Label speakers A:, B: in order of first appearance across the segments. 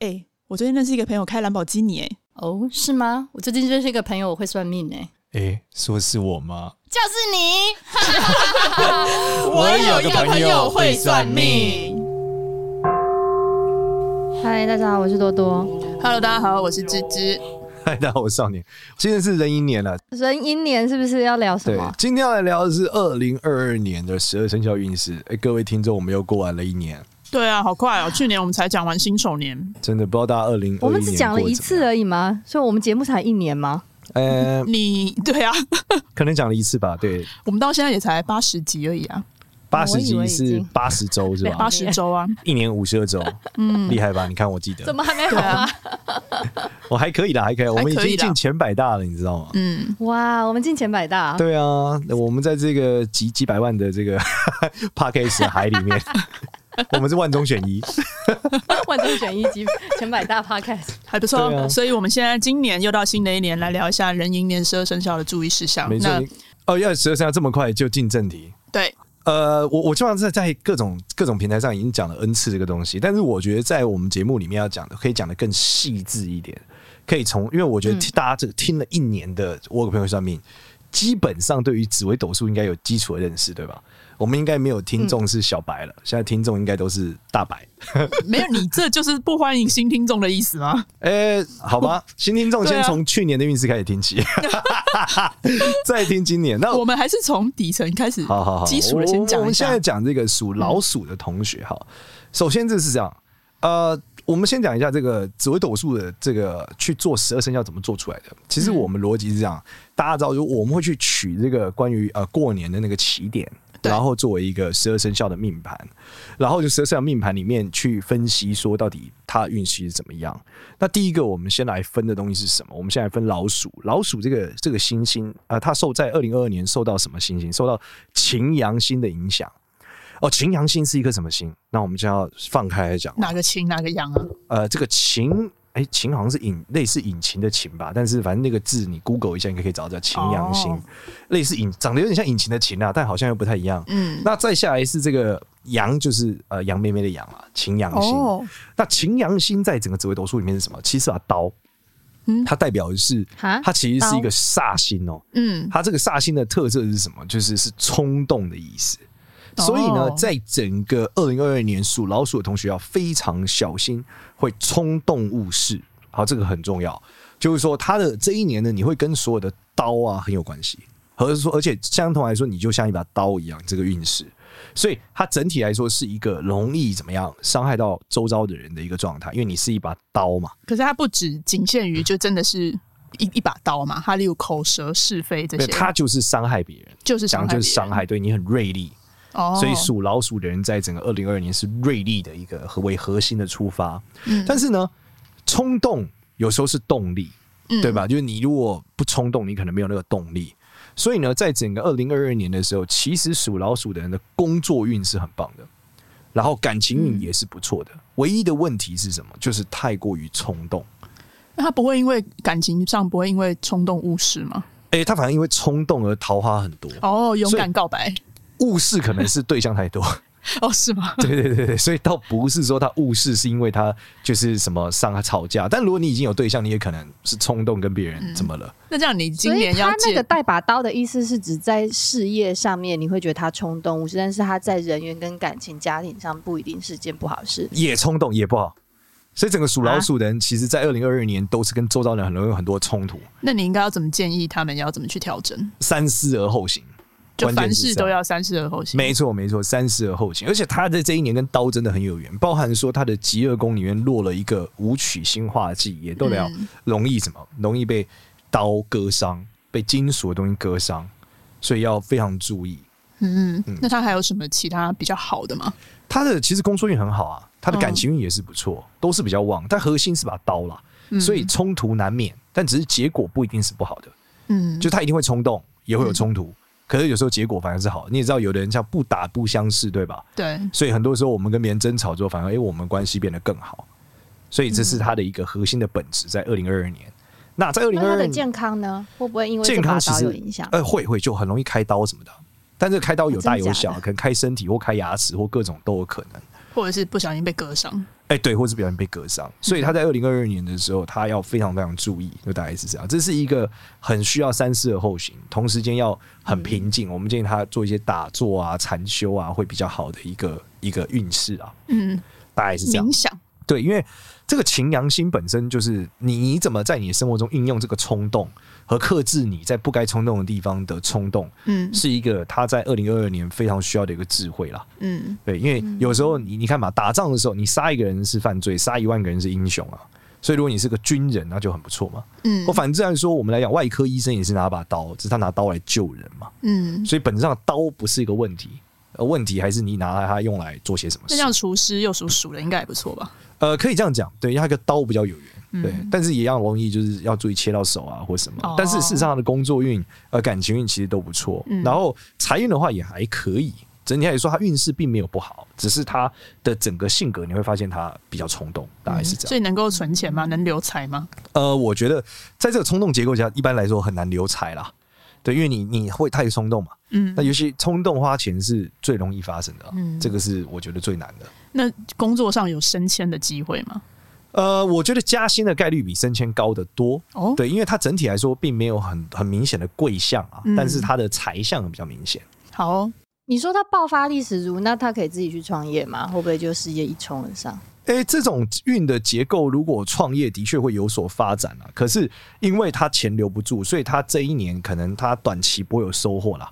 A: 哎、我最近认识一个朋友开兰博基尼、哎，
B: 哦，是吗？我最近认识一个朋友，我会算命哎、
C: 诶，说是我吗？
B: 就是你。
C: 我有个朋友会算命。
D: 嗨，大家好，我是多多。
A: Hello，大家好，我是芝芝。
C: 嗨，大家好，我是少年。今天是壬寅年了，
D: 人一年是不是要聊什
C: 对
D: 么，？
C: 今天要来聊的是二零二二年的十二生肖运势。诶，各位听众，我们又过完了一年，
A: 对啊，好快哦！去年我们才讲完新手 年，
C: 真的不知道大家二零
D: 我们只讲了一次而已吗？所以我们节目才一年吗？
C: 呃，
A: 你对啊，
C: 可能讲了一次吧。对，
A: 我们到现在也才八十集而已啊，
C: 八十
D: 我以为
C: 集
D: 已
C: 是
D: 经
C: 八十 周是吧
A: 八？十周 啊，
C: 一年五十二周，厉害吧？你看我记得
D: 嗯怎，么还没有
A: 对啊
D: 啊？
C: 我还可以啦，还可以。我们已
A: 可以
C: 经
A: 啦
C: 进前百大了，你知道吗？
A: 嗯，
D: 哇， 我们进前百大，
C: 对啊，我们在这个几几百万的这个 p a c k a g e 海里 面，我们是万中选一。
D: 万中选一集前百大 podcast。
A: 还不错、哦
C: 对啊
A: 所以我们现在今年又到新的一年，来聊一下壬寅年十二生肖的注意事项。
C: 没错
A: 那，
C: 你哦，要十二生肖这么快就进正题。
A: 对，
C: 呃，我我基本上是在各种各种平台上已经讲了 n 次这个东西，但是我觉得在我们节目里面要讲的，可以讲的更细致一点，可以从因为我觉得
A: 嗯
C: 大家这个听了一年的我有个朋友算命，基本上对于紫微斗数应该有基础的认识，对吧？我们应该没有听
A: 嗯
C: 众是小白了，现在听众应该都是大白。
A: 没有你这就是不欢迎新听众的意思 吗？
C: 哎、好吧，新听众
A: 对啊
C: 先从去年的运势开始 听起，再听今年。那
A: 我们还是从底层开始，
C: 好好好，
A: 基础的先
C: 我我
A: 讲一
C: 们现
A: 下
C: 在。讲这个属老鼠的同学哈，首先这是这样，呃，我们先讲一下这个紫微斗数的这个去做十二生肖怎么做出来的。其
A: 嗯
C: 实我们逻辑是这样，大家知道，就我们会去取这个关于呃过年的那个起点。
A: 对
C: 然后作为一个十二生肖的命盘，然后就十二生肖命盘里面去分析说到底它的运气是怎么样。那第一个我们先来分的东西是什么？我们先来分老鼠，老鼠这个这个星星啊、呃它受在二零二二年受到什么星星？受到秦阳星的影响。哦，秦阳星是一颗什么星？那我们就要放开来讲。
A: 哪个亲哪个羊啊？
C: 呃，这个秦，哎，秦好像是引类似引擎的秦吧，但是反正那个字你 Google 一下，应该可以找到叫秦阳星，
A: 哦
C: 类似引，长得有点像引擎的秦啊，但好像又不太一样。
A: 嗯，
C: 那再下来是这个羊，就是呃羊妹妹的羊啊，秦阳星。
A: 哦，
C: 那秦阳星在整个紫微斗数里面是什么？其实啊，刀，
A: 嗯
C: 它代表的是
D: 哈
C: 它其实是一个煞星哦。
A: 嗯，
C: 它这个煞星的特色是什么？就是是冲动的意思。
A: 哦
C: 所以呢，在整个二零二二年属老鼠的同学要非常小心，会冲动误事。好，这个很重要。就是说，他的这一年呢，你会跟所有的刀啊很有关系，而是说，而且相同来说，你就像一把刀一样，这个运势。所以它整体来说是一个容易怎么样伤害到周遭的人的一个状态，因为你是一把刀嘛。
A: 可是它不止仅限
C: 嗯
A: 于就真的是一一把刀嘛，它例如口舌是非这
C: 对，
A: 些，
C: 它就是伤害别人，
A: 就是伤
C: 讲
A: 害
C: 就是
A: 别人
C: 伤害，对你很锐利，
A: 哦，
C: 所以属老鼠的人在整个二零二年是锐利的一个和为核心的出发。
A: 嗯
C: 但是呢，冲动有时候是动力，
A: 嗯
C: 对吧？就是你如果不冲动，你可能没有那个动力。所以呢，在整个二零二二年的时候，其实属老鼠的人的工作运是很棒的，然后感情运也是不错的。唯一的问题是什么？就是太过于冲动。
A: 那他不会因为感情上不会因为冲动误事吗？
C: 诶，他反而因为冲动而桃花很多，
A: 哦，勇
C: 所
A: 敢
C: 以
A: 告白
C: 误事可能是对象太多。
A: 哦，是 吗？
C: 对对对对，所以倒不是说他误事，是因为他就是什么上他吵架。但如果你已经有对象，你也可能是冲动跟别人怎么了？
A: 那这样你今
D: 所以
A: 年要
D: 他那
A: 戒
D: 个带把刀的意思是指在事业上面你会觉得他冲动无视，但是他在人员跟感情、家庭上不一定是件不好事。
C: 也冲动也不好。所以整个属老鼠的
A: 啊
C: 人，其实在二零二二年都是跟周遭人很容易有很多冲突，
A: 那你应该要怎么建议他们要怎么去调整？
C: 三思而后行。
A: 就
C: 关键
A: 凡
C: 是
A: 事
C: 这样
A: 都要三思而后行。
C: 没错，没错，三思而后行。而且他在这一年跟刀真的很有缘，包含说他的极恶宫里面落了一个武曲星化忌，也代表容易什么？容易被刀割伤，被金属的东西割伤，所以要非常注意。
A: 嗯嗯，那他还有什么其他比较好的吗？
C: 他的其实工作运很好啊，他的感情运也是不错，都是比较旺，但核心是把刀啦，所以冲突难免，但只是结果不一定是不好的，
A: 嗯，
C: 就他一定会冲动，也会有冲突，可是有时候结果反而是好的。你也知道，有的人像不打不相识，对吧？
A: 对，
C: 所以很多时候我们跟别人争吵之后，反而哎、诶我们关系变得更好，所以这是他的一个核心的本质，在二零二二年。那在二零二
D: 那他
C: 二
D: 的啊
C: 年，
D: 健康呢？会不会因为
C: 健
D: 这把
C: 康其
D: 刀
C: 实
D: 有影响？
C: 呃，会会就很容易开刀什么的，但这个开刀有大有
D: 真的
C: 小，
D: 假的
C: 可能开身体或开牙齿或各种都有可能。
A: 或者是不小心被割伤。
C: 哎、对，或是不小心被割
D: 嗯
C: 伤，所以他在二零二二年的时候，他要非常非常注意，就大概是这样。这是一个很需要三思而后行，同时间要很平
D: 嗯
C: 静。我们建议他做一些打坐啊、禅修啊，会比较好的一个一个运势啊，
A: 嗯，
C: 大概是这样
A: 冥。想，
C: 对，因为这个擎羊星本身就是你，你怎么在你的生活中应用这个冲动和克制你在不该冲动的地方的冲动，
A: 嗯
C: 是一个他在二零二二年非常需要的一个智慧啦。
A: 嗯，
C: 对，因为有时候你你看嘛，打仗的时候你杀一个人是犯罪，杀一万个人是英雄啊。所以如果你是个军人，那就很不错嘛。
A: 嗯
C: 我反正来说，我们来讲，外科医生也是拿把刀，只是他拿刀来救人嘛。
A: 嗯，
C: 所以本质上刀不是一个问题，呃，问题还是你拿它用来做些什么
A: 那
C: 事
A: 这。样厨师又属鼠的，应该也不错吧？
C: 呃，可以这样讲，对，因为它跟刀比较有缘，对，但是也要容易就是要注意切到手啊或什么。
A: 嗯哦
C: 但是事实上，他的工作运、呃感情运其实都不错，
A: 嗯
C: 然后财运的话也还可以。整体来说，他运势并没有不好，只是他的整个性格，你会发现他比较冲动，大概是这样。
A: 嗯所以能够存钱吗？能留财吗？
C: 呃，我觉得在这个冲动结构下，一般来说很难留财啦。对，因为你你会太冲动嘛，
A: 嗯
C: 那，尤其冲动花钱是最容易发生的啊、这个是我觉得最难的。
A: 那工作上有升迁的机会吗？
C: 呃，我觉得加薪的概率比升迁高得多。
A: 哦，
C: 对，因为它整体来说并没有很很明显的贵相啊，
A: 嗯
C: 但是它的财相比较明显。
A: 好哦，
D: 你说他爆发力十足，那他可以自己去创业吗？会不会就事业一冲而上？
C: 诶、这种运的结构，如果创业的确会有所发展啊，可是因为它钱留不住，所以它这一年可能它短期不会有收获啦，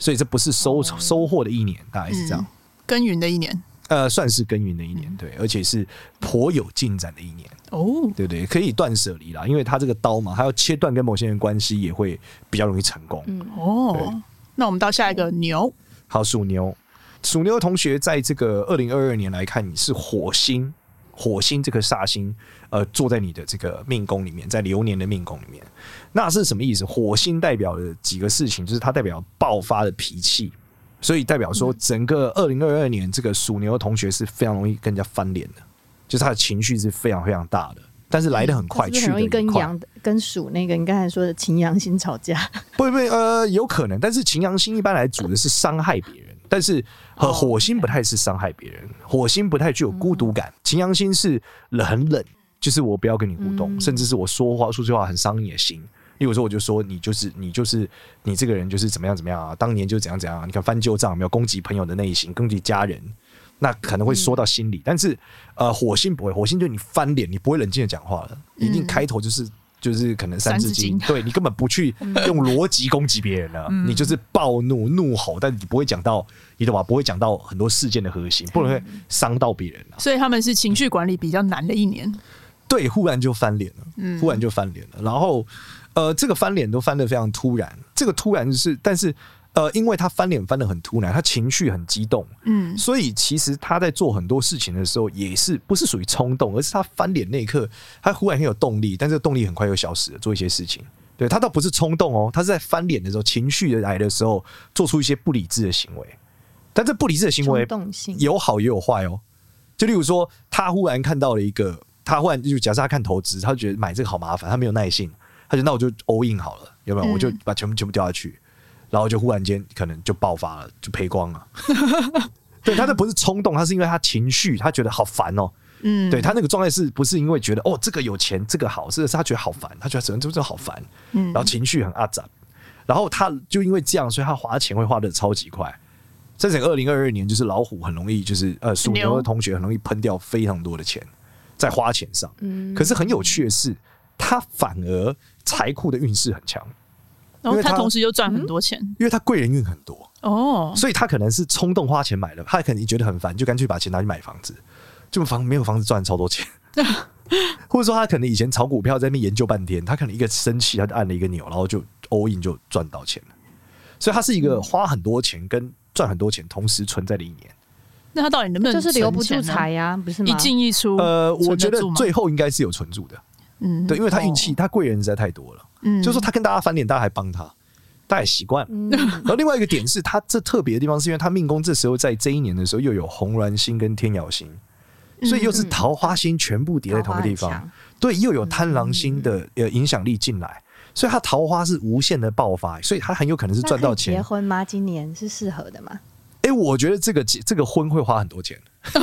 C: 所以这不是收、收获的一年，大概是这样。
A: 耕耘的一年
C: 呃，算是耕耘的一年，对，而且是颇有进展的一年，
A: 哦，
C: 对不对？可以断舍离啦，因为它这个刀嘛，它要切断跟某些人关系，也会比较容易成功。对
A: 哦，那我们到下一个牛，
C: 好，属牛，属牛的同学在这个二零二二年来看，你是火星，火星这颗煞星，呃，坐在你的这个命宫里面，在流年的命宫里面，那是什么意思？火星代表的几个事情，就是它代表爆发的脾气。所以代表
D: 嗯
C: 说，整个二零二二年，这个属牛的同学是非常容易跟人家翻脸的，就是他的情绪是非常非常大的，但是来的很快，
D: 哎
C: 去
D: 他是不是
C: 的
D: 很容易
C: 很
D: 跟
C: 快。
D: 羊跟鼠那个你刚才说的秦羊星吵架。
C: 不不呃，有可能，但是秦阳星一般来主的是伤害别人，但是和
A: 哦
C: 火星不太是伤害别人，火星不太具有孤独感，秦阳星是冷很冷，就是我不要跟你互
A: 嗯
C: 动，甚至是我说话说句话很伤你的心。例如说，我就说你就是你就是你这个人就是怎么样怎么样啊，当年就是怎样怎样啊、你看翻旧账有没有攻击朋友的内心，攻击家人，那可能会说到心里，
A: 嗯
C: 但是呃，火星不会，火星就你翻脸，你不会冷静的讲话了，一定开头就是。就是可能
A: 嗯
C: 三
A: 三
C: 字
A: 字
C: 经
A: 经，嗯
C: 对你根本 不去用逻辑攻击别人了，你就是暴怒怒吼，但你不会讲到，你懂吧？不会讲到很多事件的核心，不然会
A: 嗯
C: 伤到别人啊。
A: 所以他们是情绪管理比较难的一年。
C: 对，忽然就翻脸了，忽然就翻脸了。然后，呃，这个翻脸都翻得非常突然，这个突然是，但是，呃，因为他翻脸翻得很突然，他情绪很激动，
A: 嗯，
C: 所以其实他在做很多事情的时候，也是不是属于冲动，而是他翻脸那一刻，他忽然很有动力，但这个动力很快又消失了，做一些事情。对他倒不是冲动哦，他是在翻脸的时候，情绪来的时候，做出一些不理智的行为。但这不理智的行为
D: 冲动性
C: 有好也有坏哦。就例如说，他忽然看到了一个，他忽然就假设他看投资，他觉得买这个好麻烦，他没有耐性，他就那我就 all in 好了，有没有？我就把全部全部掉下去，然后就忽然间可能就爆发了，就赔光了。对他那不是冲动，他是因为他情绪，他觉得好烦哦。
A: 嗯，
C: 对他那个状态是不是因为觉得哦这个有钱这个好，是是他觉得好烦，他觉得整个就是好烦，然后情绪很阿杂，然后他就因为这样，所以他花钱会花的超级快。在整个二零二二年，就是老虎很容易，就是呃属牛的
A: 牛
C: 同学很容易喷掉非常多的钱在花钱上。可是很有趣的是，他反而财库的运势很强，
A: 然后
C: 因为他
A: 他同时又赚很多钱、
C: 因为他贵人运很多。
A: 哦，
C: 所以他可能是冲动花钱买的，他可能觉得很烦，就干脆把钱拿去买房子，就房没有房子赚超多 钱，或者说他可能以前炒股票在那边研究半天，他可能一个生气他就按了一个钮，然后就 all in 就赚到钱了，所以他是一个花很多钱跟赚很多钱同时存在的一年。
A: 那他到底能不能
D: 就是留不住
A: 存
C: 啊
A: 钱呢
D: 财呀、不是
A: 一
D: 吗？
A: 进一出，
C: 呃，我
A: 嗯存
C: 觉得
A: 住吗
C: 最后应该是有存住的，
A: 嗯
C: 对，因为他运气
A: 哦
C: 他贵人实在太多了，
A: 嗯
C: 就是说他跟大家翻脸，大家还帮他，大家也习惯了。
D: 嗯
C: 然后另外一个点是，他这特别的地方是因为他命宫这时候在这一年的时候又有红鸾星跟天姚星，
D: 嗯
C: 所以又是桃花星全部叠在同一个地
D: 桃花
C: 方
D: 很强，
C: 对，又
D: 嗯
C: 有贪狼星的呃影响力进来，所以他桃花是无限的爆发，所以他很有可能是赚到
D: 那可以结
C: 钱。
D: 婚吗？今年是适合的吗？
C: 哎，我觉得这个这个婚会花很多钱，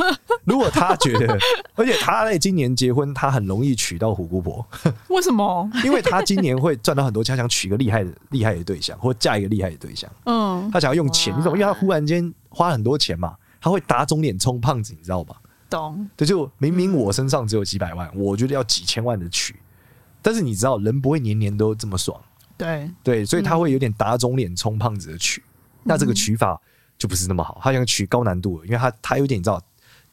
C: 如果他觉得，而且他在今年结婚，他很容易娶到虎姑婆，
A: 为什么？
C: 因为他今年会赚到很多钱，他想娶一个厉害的厉害的对象，或嫁一个厉害的对象。
A: 嗯，
C: 他想要用钱，你懂吗？因为他忽然间花很多钱嘛，他会打肿脸充胖子，你知道吧？
A: 懂。
C: 对，就明明我身上只有几百万，我觉得要几千万的娶，但是你知道人不会年年都这么爽，
A: 对，
C: 对，所以他会有点打肿脸充胖子的娶，那这个娶法就不是那么好，他想娶高难度的，因为他他有点你知道，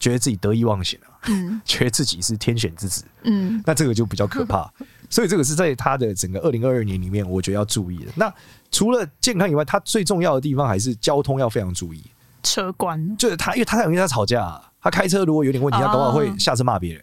C: 觉得自己得意忘形啊，
A: 嗯
C: 觉得自己是天选之子，
A: 嗯，
C: 那这个就比较可怕。所以这个是在他的整个二零二二年里面，我觉得要注意的。那除了健康以外，他最重要的地方还是交通要非常注意。
A: 车关
C: 就是他，因为他很容易跟他吵架、啊他开车如果有点问题，他搞不好会下车骂别人，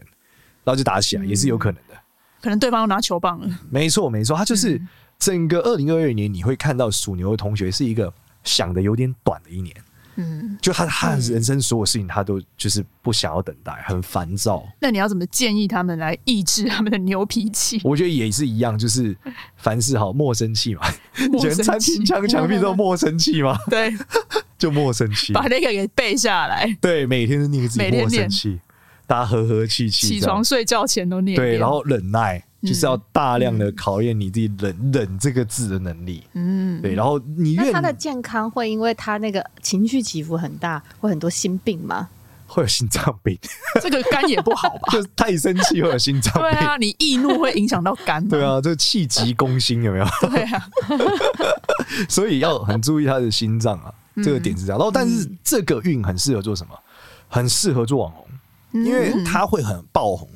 C: 然后就打起来，也是有可能的。
A: 可能对方又拿球棒了。
C: 没错，没错，他就是整个二零二二年，你会看到属牛的同学是一个想的有点短的一年，
A: 嗯，
C: 就他他人生所有事情他都就是不想要等待，很烦躁。
A: 那你要怎么建议他们来抑制他们的牛脾 气？
C: 我觉得也是一样，就是凡事好莫生气嘛。以
A: 莫
C: 前
A: 生
C: 餐
A: 气
C: 厅，墙墙壁都莫生气嘛，
A: 对，
C: 就莫生气。
A: 把那个给背下来，
C: 对，每天都念自己
A: 每天
C: 莫生
A: 念
C: 气，大家和和气气这
A: 起
C: 样。
A: 床睡觉前都念一遍。
C: 啊对，然后忍耐就是要
A: 嗯
C: 大量的考验你自己忍忍这个字的能力。
A: 嗯，
C: 对，然后你
D: 那
C: 越
D: 他的健康会因为他那个情绪起伏很大，会很多心病吗？
C: 会有心脏病，
A: 这个肝也不好 吧？
C: 就是太生气会有心脏
A: 对
C: 病。
A: 啊，你易怒会影响到肝嘛。
C: 对啊，这气急攻心有没有？
A: 对啊，
C: 所以要很注意他的心脏啊，
A: 嗯
C: 这个点是这样。然后，但是这个运很适合做什么？很适合做网红，
A: 嗯
C: 因为它会很爆红。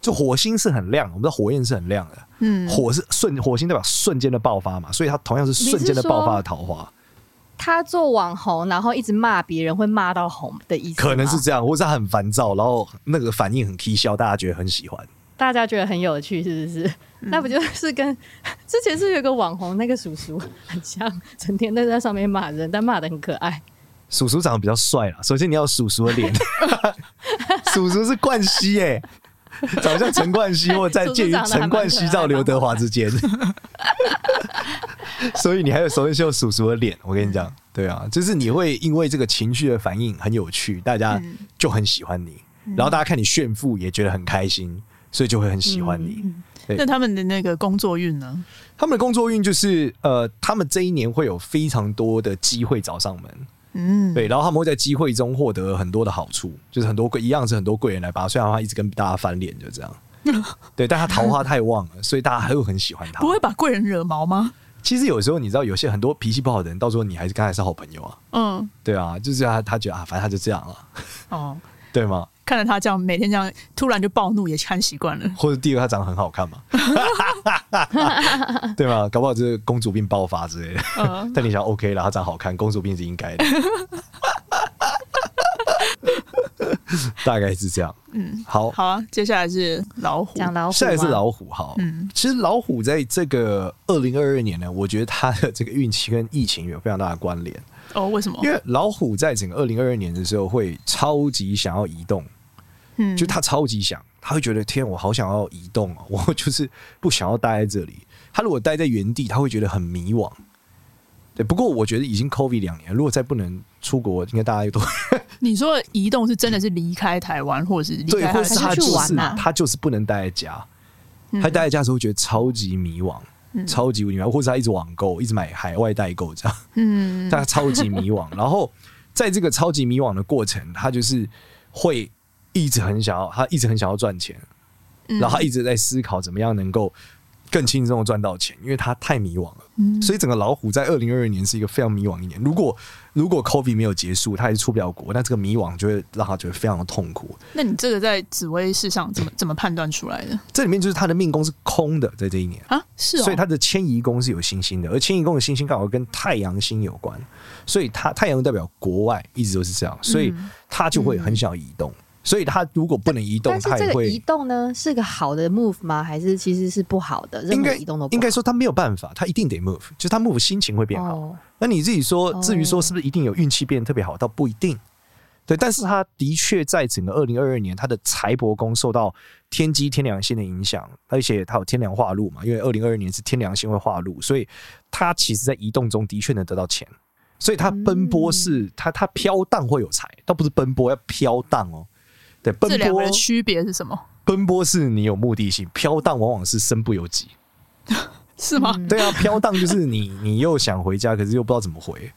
C: 就火星是很亮，我们知道火焰是很亮的，
A: 嗯
C: 火是瞬火星代表瞬间的爆发嘛，所以它同样是
D: 你
C: 瞬
D: 是
C: 间的爆
D: 说
C: 发的桃花。
D: 他做网红，然后一直骂别人，会骂到红的意思吗，
C: 可能是这样，或是他很烦躁，然后那个反应很 k 笑，大家觉得很喜欢。
D: 大家觉得很有趣，是不是？那不就是跟之前是有一个网红那个叔叔很像， 整天都在上面骂人，但骂的很可爱。
C: 叔叔长得比较帅啦，首先你要有叔叔的脸，叔叔是冠希耶、长得像陈冠希，或在介于陈冠希到刘德华之间，所以你还有首先是有叔叔的脸。我跟你讲，对啊，就是你会因为这个情绪的反应很有趣，大家就很喜欢你，然后大家看你炫富也觉得很开心，所以就会很喜欢你。对
A: 那他们的那个工作运呢？
C: 他们的工作运就是，呃，他们这一年会有非常多的机会找上门，
A: 嗯，
C: 对，然后他们会在机会中获得很多的好处，就是很多贵一样是很多贵人来帮他，虽然他一直跟大家翻脸，就 这样，对，但他桃花太旺了，所以大家还会很喜欢他
A: 不。会把贵人惹毛吗？
C: 其实有时候你知道，有些很多脾气不好的人，到时候你还是刚才是好朋友啊，
A: 嗯，
C: 对啊，就是他他觉得啊，反正他就这样了，
A: 哦，
C: 对 吗？
A: 看着他这样每天这样突然就暴怒，也看习惯了。
C: 或者第二个他长得很好看嘛， 对吗？搞不好就是公主病爆发之类的。
A: 嗯，
C: 但你想 OK 啦，他长好看，公主病是应该 的，大概是这样。嗯，好，
A: 好啊，接下来是老虎，
D: 讲老虎，
C: 下一个是，老虎，好，嗯，其实老虎在这个二零二二年呢，我觉得它的这个运气跟疫情有非常大的关联，
A: 哦，为什么？
C: 因为老虎在整个二零二二年的时候会超级想要移动，
A: 嗯
C: 就他超级想，他会觉得天，我好想要移动哦， 我就是不想要待在这里。他如果待在原地，他会觉得很迷惘。对，不过我觉得已经 COVID 两年了，如果再不能出国，应该大家都
A: 你说的移动是真的是离开台湾，或者是离
C: 对，
A: 开他
C: 或
A: 的
C: 是
A: 家
C: 他
D: 还是
C: 就
D: 去
C: 是
D: 玩啊嗯
C: 他就是不能待在家，他待在家的时候会觉得超级迷惘，超级迷惘，或者他一直网购，一直买海外代购这样。
A: 嗯
C: 他超级迷惘。然后在这个超级迷惘的过程，他就是会一直很想要，他一直很想要赚钱，
A: 嗯
D: 嗯
C: 然后他一直在思考怎么样能够更轻松的赚到钱，因为他太迷惘了。
D: 嗯
C: 所以整个老虎在二零二二年是一个非常迷惘一年。如果如果 COVID 没有结束，他还是出不了国，那这个迷惘就会让他觉得非常的痛苦。
A: 那你这个在紫薇市上怎么怎么判断出来的
C: 这里面就是他的命宫是空的，在这一年。
A: 啊？是哦，
C: 所以它的迁移宫是有星星的，而迁移宫的星星刚好跟太阳星有关，所以它太阳代表国外，一直都是这
D: 嗯
C: 样，所以它就会很想移动。所以它如果不能移动，
D: 但是
C: 它
D: 这
C: 也
D: 个移
C: 会
D: 动呢，是个好的 move 吗？还是其实是不好的？
C: 应
D: 任何
C: 该
D: 移动都不
C: 应
D: 好
C: 该说它没有办法，它一定得 move，就是它 move 心情会变好。嗯
D: 哦，
C: 那你自己说，
D: 哦
C: 至于说是不是一定有运气变得特别好，倒不一定。对，但是他的确在整个二零二二年，他的财帛宫受到天机天梁星的影响，而且他有天梁化禄嘛，因为二零二二年是天梁星会化禄，所以他其实在移动中的确能得到钱，所以他奔波是、他他飘荡会有财，倒不是奔波要飘荡哦。对，奔
A: 这两
C: 波
A: 个的区别是什么？
C: 奔波是你有目的性，飘荡往往是身不由己。
A: 是吗？
C: 对啊，飘荡就是你你又想回家，可是又不知道怎么回，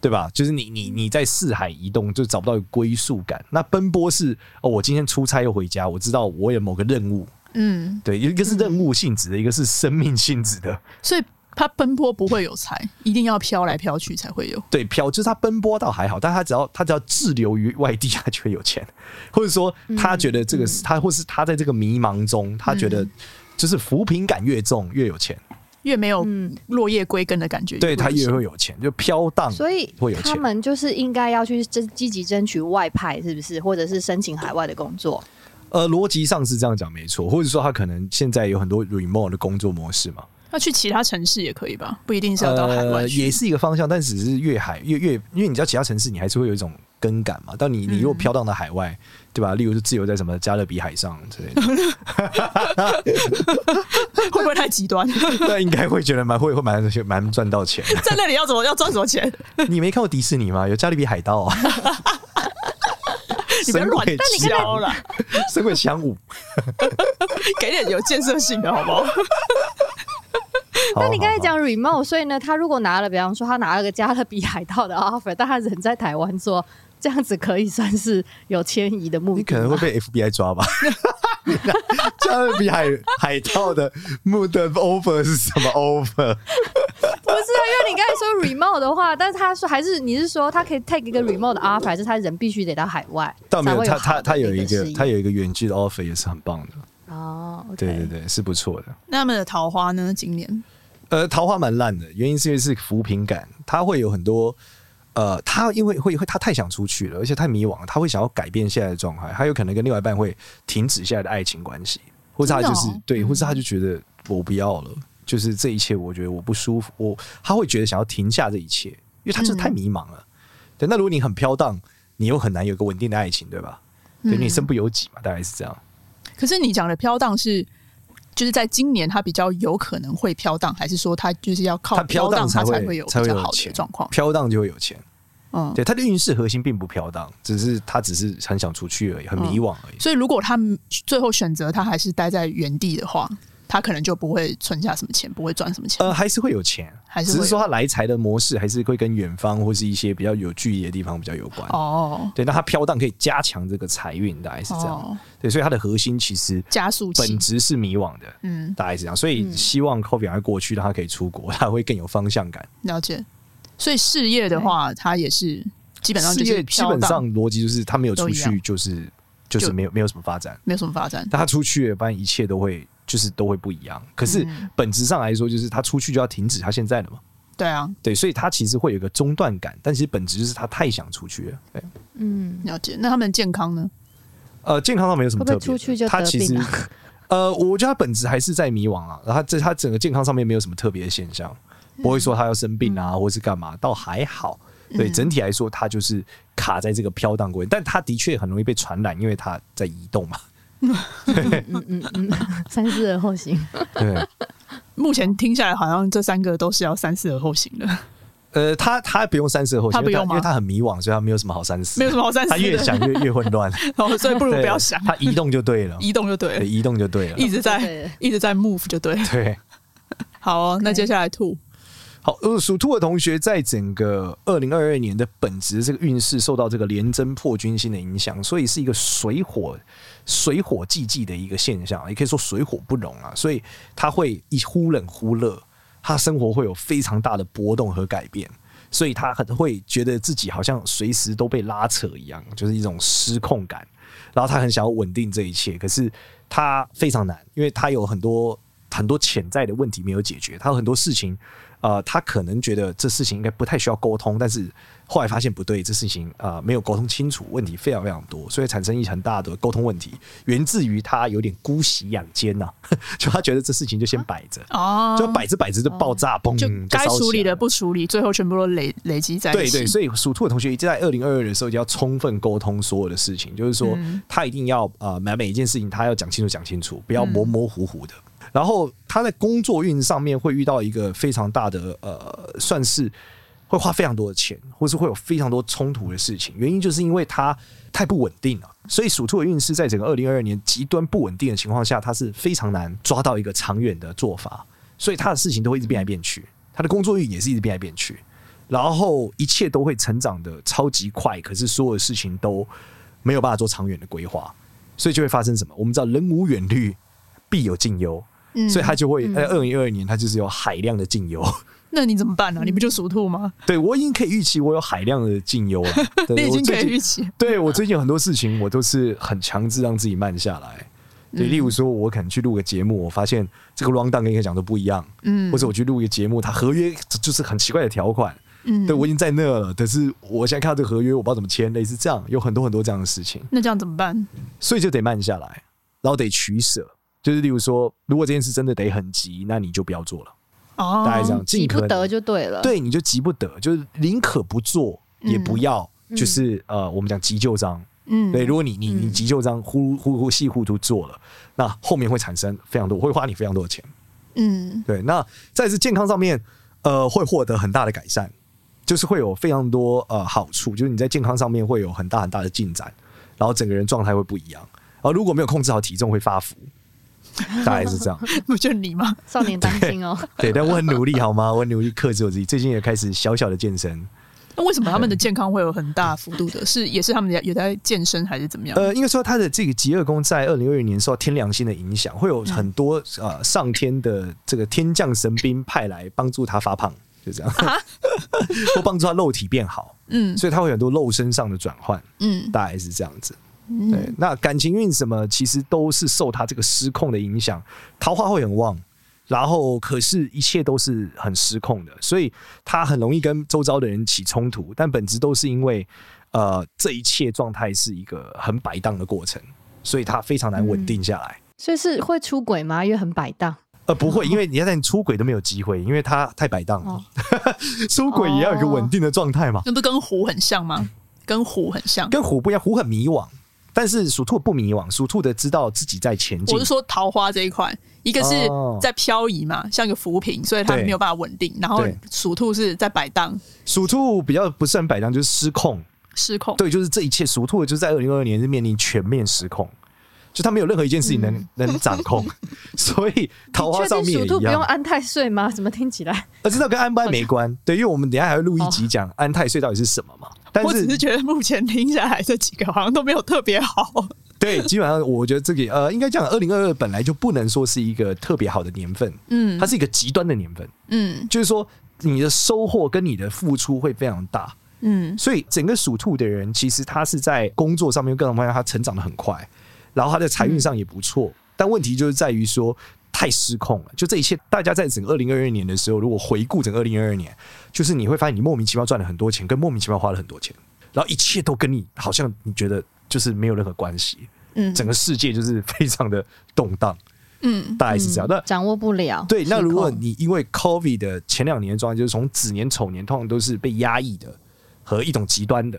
C: 对吧？就是你你你在四海移动，就找不到一个归宿感。那奔波是哦，我今天出差又回家，我知道我有某个任务，
A: 嗯，
C: 对，一个是任务性质的，一个是生命性质的。
A: 所以他奔波不会有财，一定要飘来飘去才会有。
C: 对，飘就是他奔波倒还好，但他只要他只要滞留于外地，他就会有钱，或者说他觉得这
D: 嗯
C: 个、是他，或是他在这个迷茫中，他觉得就是扶贫感越重越有钱，
A: 越没有
D: 嗯
A: 落叶归根的感觉，
C: 对
A: 不
C: 他越
A: 行
C: 会有钱，就飘荡，
D: 所以
C: 会有
D: 他
C: 钱。
D: 们就是应该要去争积极争取外派，是不是？或者是申请海外的工作？
C: 呃，逻辑上是这样讲没错，或者说他可能现在有很多 remote 的工作模式嘛，
A: 要去其他城市也可以吧，不一定是要到海外
C: 呃，
A: 去。
C: 也是一个方向，但只是越海越越，因为你知道其他城市你还是会有一种更感嘛。但你你如果飘荡到海外，
D: 嗯
C: 对吧？例如是自由在什么加勒比海上之类的，
A: 会不会太极 端？
C: 那应该会觉得蛮会会蛮蛮赚到钱。
A: 在那里要怎么要赚什么钱？
C: 你没看过迪士尼吗？有加勒比海盗啊，
A: 你不要乱
C: 神鬼
A: 教啦，
C: 神鬼相舞。
A: 给点有建设性的好不好？
C: 那
D: 那你刚才讲 remote，所以呢，他如果拿了，比方说他拿了个加勒比海盗的 offer，但他人在台湾做，这样子可以算是有迁移的目的吗。
C: 你可能会 被 FBI 抓吧？ 加勒比海海盗的目的 offer 是什么 offer？
D: 不是啊，因为你刚才说 remote 的话，但是他说还是你是说他可以 take 一个 remote 的 offer，还是他人必须得到海外？
C: 倒没
D: 才
C: 有，
D: 会
C: 他
D: 好
C: 他
D: 的
C: 他有
D: 那
C: 一个
D: 事业
C: 他有一个远距的 offer 也是很棒的，
D: 哦，OK，
C: 对对对，是不错的。
A: 那他们的桃花呢？今年
C: 呃，桃花蛮烂的，原因是因为是扶贫感，他会有很多。呃，他因为会会他太想出去了，而且太迷惘了，他会想要改变现在的状态，他有可能跟另外一半会停止现在的爱情关系，或者他就是、
A: 真的哦
C: 对，或者他就觉得我不要了，就是这一切我觉得我不舒服，我他会觉得想要停下这一切，因为他真的太迷茫了。对，那如果你很飘荡，你又很难有一个稳定的爱情，对吧？对，你身不由己嘛，大概是这样。
A: 可是你讲的飘荡是，就是在今年他比较有可能会飘荡，还是说他就是要靠
C: 他飘
A: 荡
C: 荡
A: 他
C: 会
A: 会有比
C: 才会
A: 较
C: 有
A: 好的
C: 钱
A: 状况？
C: 飘荡就会有钱。
A: 嗯，
C: 对，他的运势核心并不飘荡，只是他只是很想出去而已，很迷惘而已。
A: 所以如果他们最后选择他还是待在原地的话，他可能就不会存下什么钱，不会赚什么钱。
C: 呃，还是会有钱，
A: 还是会
C: 只
A: 有
C: 是说他来财的模式还是会跟远方或是一些比较有距离的地方比较有关。
A: 哦，
C: 对，那他飘荡可以加强这个财运，大概是这样。
A: 哦
C: 对，所以它的核心其实
A: 加速器
C: 本，质是迷惘的，
A: 嗯，
C: 大概是这样。所以希望 COVID 赶快过去，让他可以出国，他会更有方向感。
A: 了解。所以事业的话，他也是基本上
C: 事
A: 就是
C: 业基
A: 飘
C: 本
A: 荡
C: 上逻辑就是他没有
A: 都
C: 出
A: 一
C: 去，
A: 样
C: 就是就是
A: 就
C: 没有没有什么发展。
A: 没有什么发展。
C: 但他出去了，发现一切都会就是都会不一样。可是
D: 嗯
C: 本质上来说，就是他出去就要停止他现在的嘛。
A: 对啊，
C: 对，所以他其实会有一个中断感，但其实本质就是他太想出去了。对，
D: 嗯，
A: 了解。那他们健康呢？
C: 呃，健康上没有什么
D: 会不
C: 特
D: 会
C: 别的，
D: 出去就
C: 他
D: 得
C: 其
D: 病
C: 实
D: 啊
C: 呃，我觉得他本质还是在迷惘啊，然后在他整个健康上面没有什么特别的现象，不会说他要生病啊，
D: 嗯
C: 或是干嘛，倒还好。对，整体来说，他就是卡在这个飘荡过程，但他的确很容易被传染，因为他在移动嘛。
D: 三思而后行。
C: 对，
A: 目前听下来，好像这三个都是要三思而后行的，
C: 呃，他他不用三思而后行，
A: 他不
C: 因为
A: 用
C: 因为
A: 吗
C: 他很迷惘，所以他没有什么好三思，
A: 没有什么好三思
C: 他
A: 的。
C: 越想越越混乱，
A: 哦，所以 不如
C: 对
A: 不要想，
C: 他移动就对了，
A: 移动就对
C: 对，
A: 了，
C: 移动就对了。
A: 一直
D: 对
A: 在一直在 move 就对了。
C: 对，
A: 好哦，那接下来兔
C: 好，呃，属兔的同学在整个二零二二年的本质这个运势受到这个连贞破军星的影响，所以是一个水火水火既济的一个现象，也可以说水火不容啊，所以他会一忽冷忽热，他生活会有非常大的波动和改变。所以他很会觉得自己好像随时都被拉扯一样，就是一种失控感。然后他很想要稳定这一切，可是他非常难，因为他有很多很多潜在的问题没有解决，他有很多事情，呃，他可能觉得这事情应该不太需要沟通，但是呃后来发现不对，这事情啊、呃没有沟通清楚，问题非常非常多，所以产生一很大的沟通问题，源自于他有点姑息养奸呐、就他觉得这事情就先摆着，
A: 哦
C: 就摆着摆着就爆炸，嘣，
A: 就该
C: 烧起
A: 处理
C: 来
A: 的
C: 了
A: 不嗯处理，最后全部都累累积在一
C: 对
A: 起。
C: 对，所以属兔的同学一定在二零二二的时候就要充分沟通所有的事情，就是说
A: 嗯
C: 他一定要呃每每一件事情他要讲清楚讲清楚，不要模模糊糊的。然后他在工作运上面会遇到一个非常大的呃，算是会花非常多的钱，或是会有非常多冲突的事情。原因就是因为它太不稳定了，所以属兔的运势在整个二零二二年极端不稳定的情况下，它是非常难抓到一个长远的做法，所以他的事情都会一直变来变去，他的工作运也是一直变来变去，然后一切都会成长的超级快，可是所有的事情都没有办法做长远的规划，所以就会发生什么？我们知道人无远虑，必有近忧。
A: 嗯
C: 所以他就会在二零二二年，他就是有海量的进油。
A: 那你怎么办呢、你不就属兔吗？
C: 对我已经可以预期，我有海量的进油了。对
A: 你已
C: 我
A: 经可
C: 最
A: 以
C: 近
A: 预期，
C: 对我最近有很多事情，我都是很强制让自己慢下来。
A: 嗯
C: 对，例如说，我可能去录个节目，我发现这个 round down 跟一个讲的不一样，
A: 嗯
C: 或者我去录一个节目，它合约就是很奇怪的条款，
A: 嗯
C: 对我已经在那了，但是我现在看到这个合约，我不知道怎么签，类似这样，有很多很多这样的事情。
A: 那这样怎么办？
C: 所以就得慢下来，然后得取舍。就是例如说，如果这件事真的得很急，那你就不要做了，
A: 哦，
C: 大概这样，
D: 急
C: 尽
D: 不
C: 可
D: 得
C: 能
D: 就对了。，
C: 对，你就急不得，就是宁可不做也不要，就是呃，我们讲急救章。
A: 嗯，
C: 对，如果你你你急救章呼呼呼吸糊涂做了，那后面会产生非常多，会花你非常多的钱。
A: 嗯
C: 对，那再是健康上面，呃，会获得很大的改善，就是会有非常多呃好处，就是你在健康上面会有很大很大的进展，然后整个人状态会不一样。然后如果没有控制好体重，会发福，大概是这样。
A: 不就你吗？
D: 少年当心哦。
C: 对，但我很努力，好吗？我很努力克制我自己，最近也开始小小的健身。
A: 那为什么他们的健康会有很大幅度的？是也是他们有在健身还是怎么样？
C: 呃，应该说他的这个极恶宫在二零二二年受到天良星的影响，会有很多呃上天的这个天降神兵派来帮助他发胖，就这样， 或帮助他肉体变好。
A: 嗯
C: 所以他会有很多肉身上的转换，
A: 嗯
C: 大概是这样子。对，那感情运什么，其实都是受他这个失控的影响，桃花会很旺，然后可是一切都是很失控的，所以他很容易跟周遭的人起冲突，但本质都是因为，呃，这一切状态是一个很摆荡的过程，所以他非常难稳定下来。
D: 所以是会出轨吗？因为很摆荡，
C: 呃，不会，因为你要在你出轨都没有机会，因为他太摆荡了。
D: 哦
C: 出轨也要有一个稳定的状态嘛。
A: 那不跟虎很像吗？跟虎很像。
C: 跟虎不一样，虎很迷惘，但是属兔不迷惘，属兔的知道自己在前进
A: 我是。说桃花这一块，一个是
C: 哦
A: 在漂移嘛，像个浮萍，所以它
C: 对
A: 没有办法稳定。然后
C: 对
A: 属兔是在摆荡
C: 属兔比较不是很摆荡，就是失控。
A: 失控。
C: 对，就是这一切，属兔的就是在二零二二年是面临全面失控，就他没有任何一件事情能、
A: 嗯
C: 能掌 控，所以桃花
D: 确
C: 上
D: 定
C: 面
D: 属
C: 也
D: 兔
C: 一
D: 不用
C: 样。
D: 安太岁吗？怎么听 起来？
C: 呃，这道跟安排没关，对，因为我们等一下还会录一集讲安泰岁到底是什么嘛。但
A: 哦我只是
C: 是
A: 觉得目前听下来这几个好像都没有特别好。
C: 对，基本上我觉得这个呃，应该讲二零二二本来就不能说是一个特别好的年份，
A: 嗯
C: 它是一个极端的年份，
A: 嗯
C: 就是说你的收获跟你的付出会非常大。
A: 嗯
C: 所以整个属兔的人，其实他是在工作上面各种方面他成长的很快，然后他在财运上也不错，但问题就是在于说太失控了。就这一切，大家在整个二零二二年的时候，如果回顾整个二零二二年，就是你会发现你莫名其妙赚了很多钱，跟莫名其妙花了很多钱，然后一切都跟你好像你觉得就是没有任何关系，
A: 嗯
C: 整个世界就是非常的 动荡，
A: 嗯
C: 大概是这样。那
D: 掌握不了。
C: 对，那
D: 失
C: 如果
D: 控
C: 你因为 COVID 的前两年的状态，就是从子年、丑年，通常都是被压抑的和一种极端的，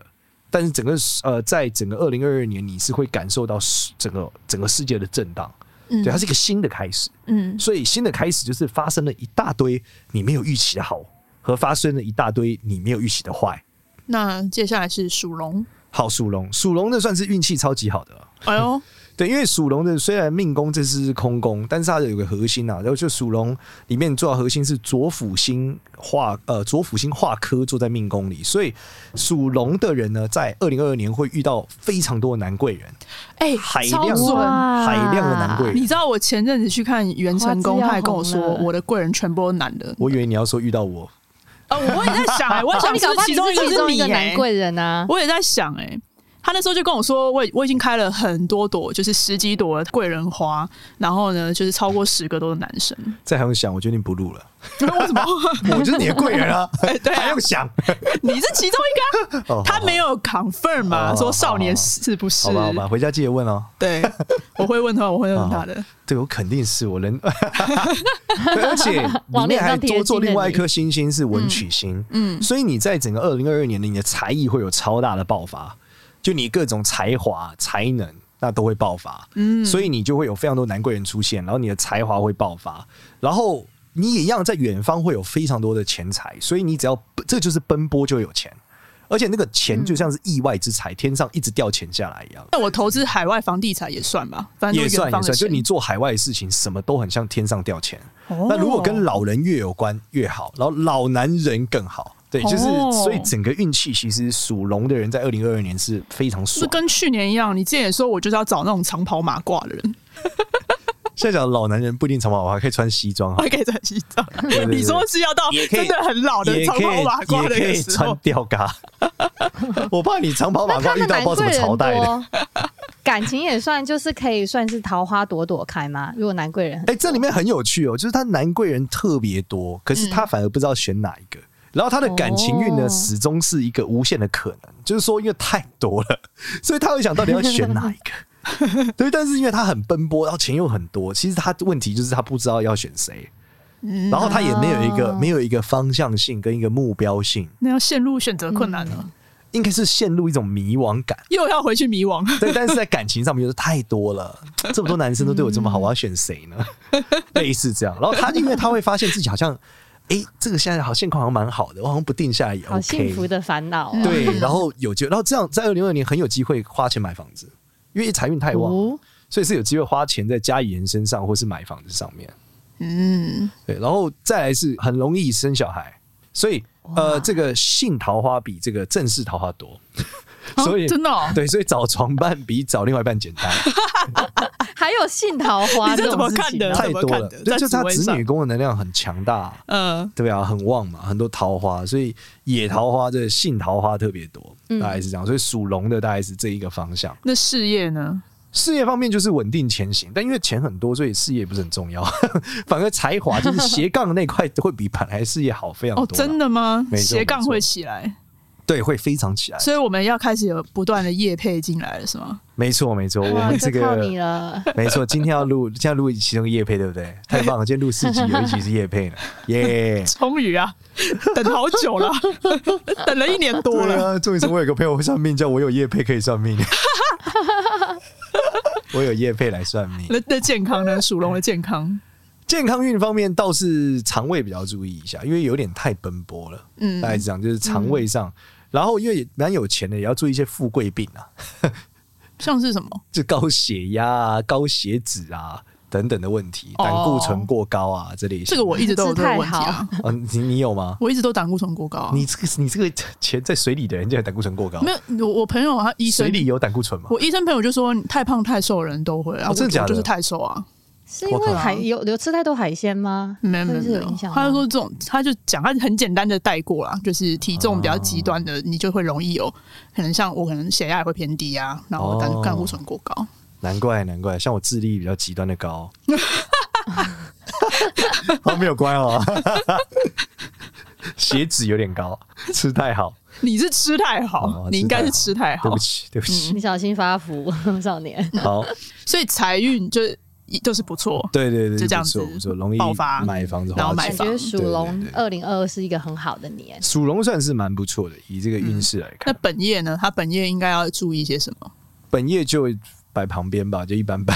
C: 但是整个呃，在整个二零二二年，你是会感受到世整个整个世界的震荡，
A: 嗯
C: 对，它是一个新的开始，
A: 嗯
C: 所以新的开始就是发生了一大堆你没有预期的好，和发生了一大堆你没有预期的坏。
A: 那接下来是属龙。
C: 好，属龙，属龙的算是运气超级好的了。
A: 哎呦，
C: 对，因为属龙的虽然命宫这是空宫，但是它有个核心啊，然后就属龙里面主要核心是左辅星化呃左辅星化科坐在命宫里，所以属龙的人呢，在二零二二年会遇到非常多的男贵人，
A: 哎、
C: 海
A: 超
C: 量啊
A: 准！
D: 哇
C: 海量的男贵
A: 你
C: 人。
A: 知道我前阵子去看袁成功，
D: 花枝要啊
A: 他还跟我说
D: 红了
A: 我的贵人全部都男的。
C: 我以为你要说遇到我，
A: 啊，我也在 想哎、我也
D: 哦
A: 想
D: 你
A: 是
D: 搞
A: 不
D: 不好
A: 是其
D: 你
A: 中一个
D: 是其
A: 是
D: 中
A: 你、
D: 一个
A: 欸、
D: 男贵人啊。
A: 我也在想、哎，他那时候就跟我说，我我已经开了很多朵，就是十几朵的贵人花，然后呢，就是超过十个都是男生。
C: 再还用想，我决定不录了。
A: 为什 么？
C: 我就是你的贵人啊，
A: 对啊
C: 还用想？
A: 你是其中一个啊、
C: 哦
A: 他没有 confirm 嘛、
C: 哦
A: 说少年
C: 好好
A: 是不是？
C: 好吧，好吧，回家记得问哦。
A: 对，我会问他，我会问他的。
C: 对，我肯定是我 人，对而且里
D: 往
C: 面
D: 脸上
C: 还
D: 贴
C: 多做
D: 金的
C: 另外一
D: 你
C: 颗星星是文曲星，
A: 嗯
C: 所以你在整个二零二二年的你的才艺会有超大的爆发，就你各种才华、才能那都会爆发，
A: 嗯
C: 所以你就会有非常多男贵人出现，然后你的才华会爆发，然后你也一样在远方会有非常多的钱财，所以你只要这就是奔波就有钱，而且那个钱就像是意外之财，天上一直掉钱下来一样。
A: 那我投资海外房地产也算吧，反正都
C: 也
A: 是远
C: 算也
A: 方的
C: 算，就
A: 钱
C: 你做海外的事情，什么都很像天上掉钱。
A: 哦
C: 那如果跟老人越有关越好，然后老男人更好。对，就是
A: 哦
C: 所以整个运气其实属龙的人在二零二二年是非常
A: 是不
C: 爽
A: 是。跟去年一样，你之前也说我就是要找那种长袍马褂的人，
C: 现在讲老男人不一定长毛，我还可以穿西装啊
A: 我
C: 哈，
A: 还可以在西藏。
C: 对对 对
A: 你说是要到
C: 也可以
A: 真的很老的
C: 也
A: 长
C: 可
A: 袍马
C: 以
A: 褂
C: 也
A: 的
C: 可
A: 一
C: 以
A: 个时候
C: 穿，吊嘎。 我怕你长袍马
D: 那
C: 褂
D: 他
C: 遇
D: 们
C: 到
D: 蛮
C: 不知
D: 贵
C: 道什么
D: 人
C: 朝代的。
D: 多， 感情也算就是可以算是桃花朵朵开吗？如果男贵人很
C: 哎、这里面很有趣哦，就是他男贵人特别多，可是他反而不知道选哪一个。然后他的感情运呢，
D: 嗯哦
C: 始终是一个无限的可能，就是说因为太多了，所以他会想到底要选哪一个。 对，但是因为他很奔波，然后钱又很多，其实他问题就是他不知道要选谁，然后他也没有一个、
D: 嗯哦
C: 没有一个方向性跟一个目标性，
A: 那要陷入选择困难了，
C: 应该是陷入一种迷惘感。
A: 又要回去迷惘。
C: 对，但是在感情上面就是太多了，这么多男生都对我这
D: 嗯
C: 么好，我要选谁呢？类似这样，然后他因为他会发现自己好像，诶，这个现在好现况好像蛮好的，我好像不定下来也 OK，
D: 好幸福的烦恼、哦，
C: 对，然后有就，然后这样在二零二年很有机会花钱买房子，因为财运太旺，
D: 哦
C: 所以是有机会花钱在家里人身上或是买房子上面。
A: 嗯，
C: 对，然后再来是很容易生小孩，所以呃，这个性桃花比这个正式桃花多，所以、
A: 啊真的哦
C: 对，所以找床伴比找另外一半简单。
D: 还有性桃花
A: 你这
D: 这
A: 怎么
D: 种事
A: 看
D: 情
A: 的
D: 哦，
C: 太
A: 怎么
C: 多
A: 看
C: 了，
A: 的
C: 对，
A: 在
C: 就
A: 紫
C: 他
A: 薇
C: 子
A: 上
C: 女宫的能量很强大，
A: 呃，
C: 对啊，很旺嘛，很多桃花，所以野桃花这性桃花特别多，
A: 嗯
C: 大概是这样。所以属龙的大概是这一个方向。
A: 那事业呢？
C: 事业方面就是稳定前行，但因为钱很多，所以事业不是很重要， 反而才华就是斜杠的那块会比本来事业好非常多
A: 哦
C: 啦、，
A: 真的吗？
C: 没错
A: 斜杠
C: 没错
A: 会起来，
C: 对，会非常起来。
A: 所以我们要开始有不断的业配进来了，是 吗？
C: 没错，没错，我
D: 哇
C: 们这
D: 啊就靠你
C: 个。
D: 了。
C: 没错，今天要录，今天要录其中一个夜配，对不对？太棒了！今天录四集，有一集是夜配呢，耶、
A: 终于啊，等好久 了，等了一年多
C: 对
A: 了。
C: 啊，重点是我有个朋友会算命，叫我有叶配可以 算命，我有叶配来算命。
A: 那那健康呢？属龙的健康，
C: 健康运方面倒是肠胃比较注意一下，因为有点太奔波了。
A: 嗯
C: 大概是这样，就是肠胃上。然后因为蛮有钱的，也要注意一些富贵病啊，
A: 像是什么？
C: 就高血压啊、高血脂啊等等的问题，
A: 哦
C: 胆固醇过高啊这类型的。
A: 这个我一直都有这个问题
D: 吃太
A: 啊
D: 好，
C: 啊，你你有吗？
A: 我一直都胆固醇过高啊。
C: 你这个你这个钱在水里的人，竟然胆固醇过高
A: 没？有我我朋友他啊医生
C: 水，里有胆固醇吗？
A: 我医生朋友就说你太胖太瘦的人都会啊，
C: 哦真的
A: 我
C: 假的
A: 我就是太瘦啊，
D: 是因为海有有吃太多海鲜吗？
A: 没有没有
D: 会
A: 没
D: 是有
A: 有
D: 影，响吗
A: 他就说这种他就讲他很简单的带过啦，就是体重比较极端的，你就会容易有可能像我可能血压也会偏低啊，然后胆
C: 哦
A: 胆固醇过高，
C: 难怪难怪，像我智力比较极端 的高，哦没有关哦， 血脂有点高，吃太好，
A: 你是吃太好
C: 哦，
A: 你应该是吃太
C: 对
A: 好嗯
C: 不，起对不起，
D: 你小心发福， 少年。
C: 好，
A: 所以财运就是就是不错，
C: 对对对，
A: 就这样
C: 不错
A: 子
C: 不错，容易
A: 爆发
C: 买房子
A: 然
C: 花
A: 后买
C: 钱
D: 感
A: 房
D: 觉属龙
C: 对对
D: 二零二二是一个很好的年，
C: 属龙算是蛮不错的，以这个运势来
A: 嗯那
C: 看，
A: 本业呢？他本业应该要注意些什么？
C: 本业就摆旁边吧，就一 般般。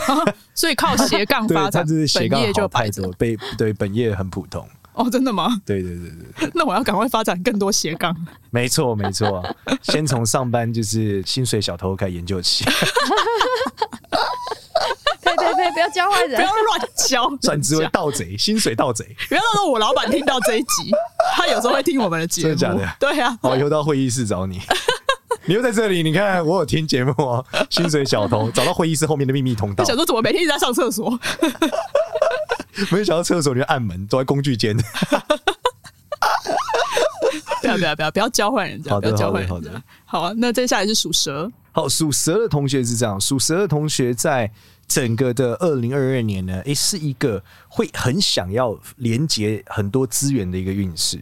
A: 所以靠斜杠
C: 对，
A: 发
C: 它
A: 展，
C: 就是斜
A: 本
C: 杠
A: 业
C: 好
A: 就
C: 太
A: 摆着
C: 多，被对本业很普通。
A: 哦，真的吗？
C: 对对对对，
A: 那我要赶快发展更多斜杠。
C: 没错没 错，先从上班就是薪水小偷开始研 究起，
D: 呸呸呸！不要教坏
A: 不
D: 人
A: 要。乱教，
C: 转职为
A: 讲
C: 盗贼，薪水盗贼。
A: 不要让我老板听到这一集，他有时候会听我们的节目。
C: 真的假的
A: 对啊，
C: 哦好，以后到会议室找你。 你又在这里，你看我有听节目哦，薪水小偷找到会议室后面的秘密通道
A: 我，想说怎么每天一直在上厕所？
C: 没有想到厕所里面按门，躲在工具间。
A: 不要不要不要不要教坏人家，
C: 好
A: 不
C: 的
A: 要教坏
C: 好
A: 人
C: 的好
A: 家
C: 的。
A: 好啊，那接下来是属蛇，
C: 好，属蛇的同学是这样，属蛇的同学在整个的二零二二年呢，诶、是一个会很想要连接很多资源的一个运势。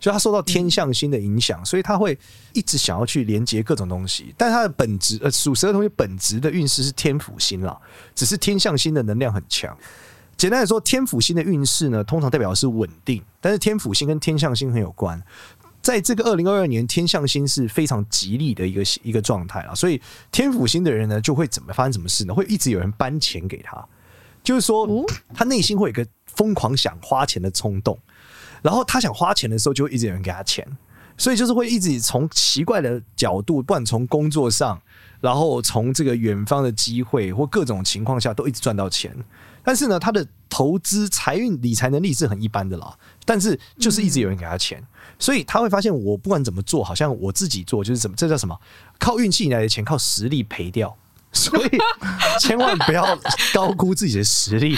C: 就他受到天象星的影响，所以他会一直想要去连接各种东西。但他的本质，呃，属蛇的同学本质的运势是天府星啦，只是天象星的能量很强。简单来说，天府星的运势呢，通常代表的是稳定，但是天府星跟天象星很有关。在这个二零二二年，天象星是非常吉利的一个一个状态啦，所以天府星的人呢，就会怎么发生什么事呢？会一直有人搬钱给他，就是说、他内心会有一个疯狂想花钱的冲动，然后他想花钱的时候，就会一直有人给他钱，所以就是会一直从奇怪的角度，不管从工作上，然后从这个远方的机会或各种情况下，都一直赚到钱。但是呢，他的投资、财运、理财能力是很一般的啦，但是就是一直有人给他钱，所以他会发现，我不管怎么做，好像我自己做就是怎么，这叫什么？靠运气来的钱，靠实力赔掉。所以千万不要高估自己的实力，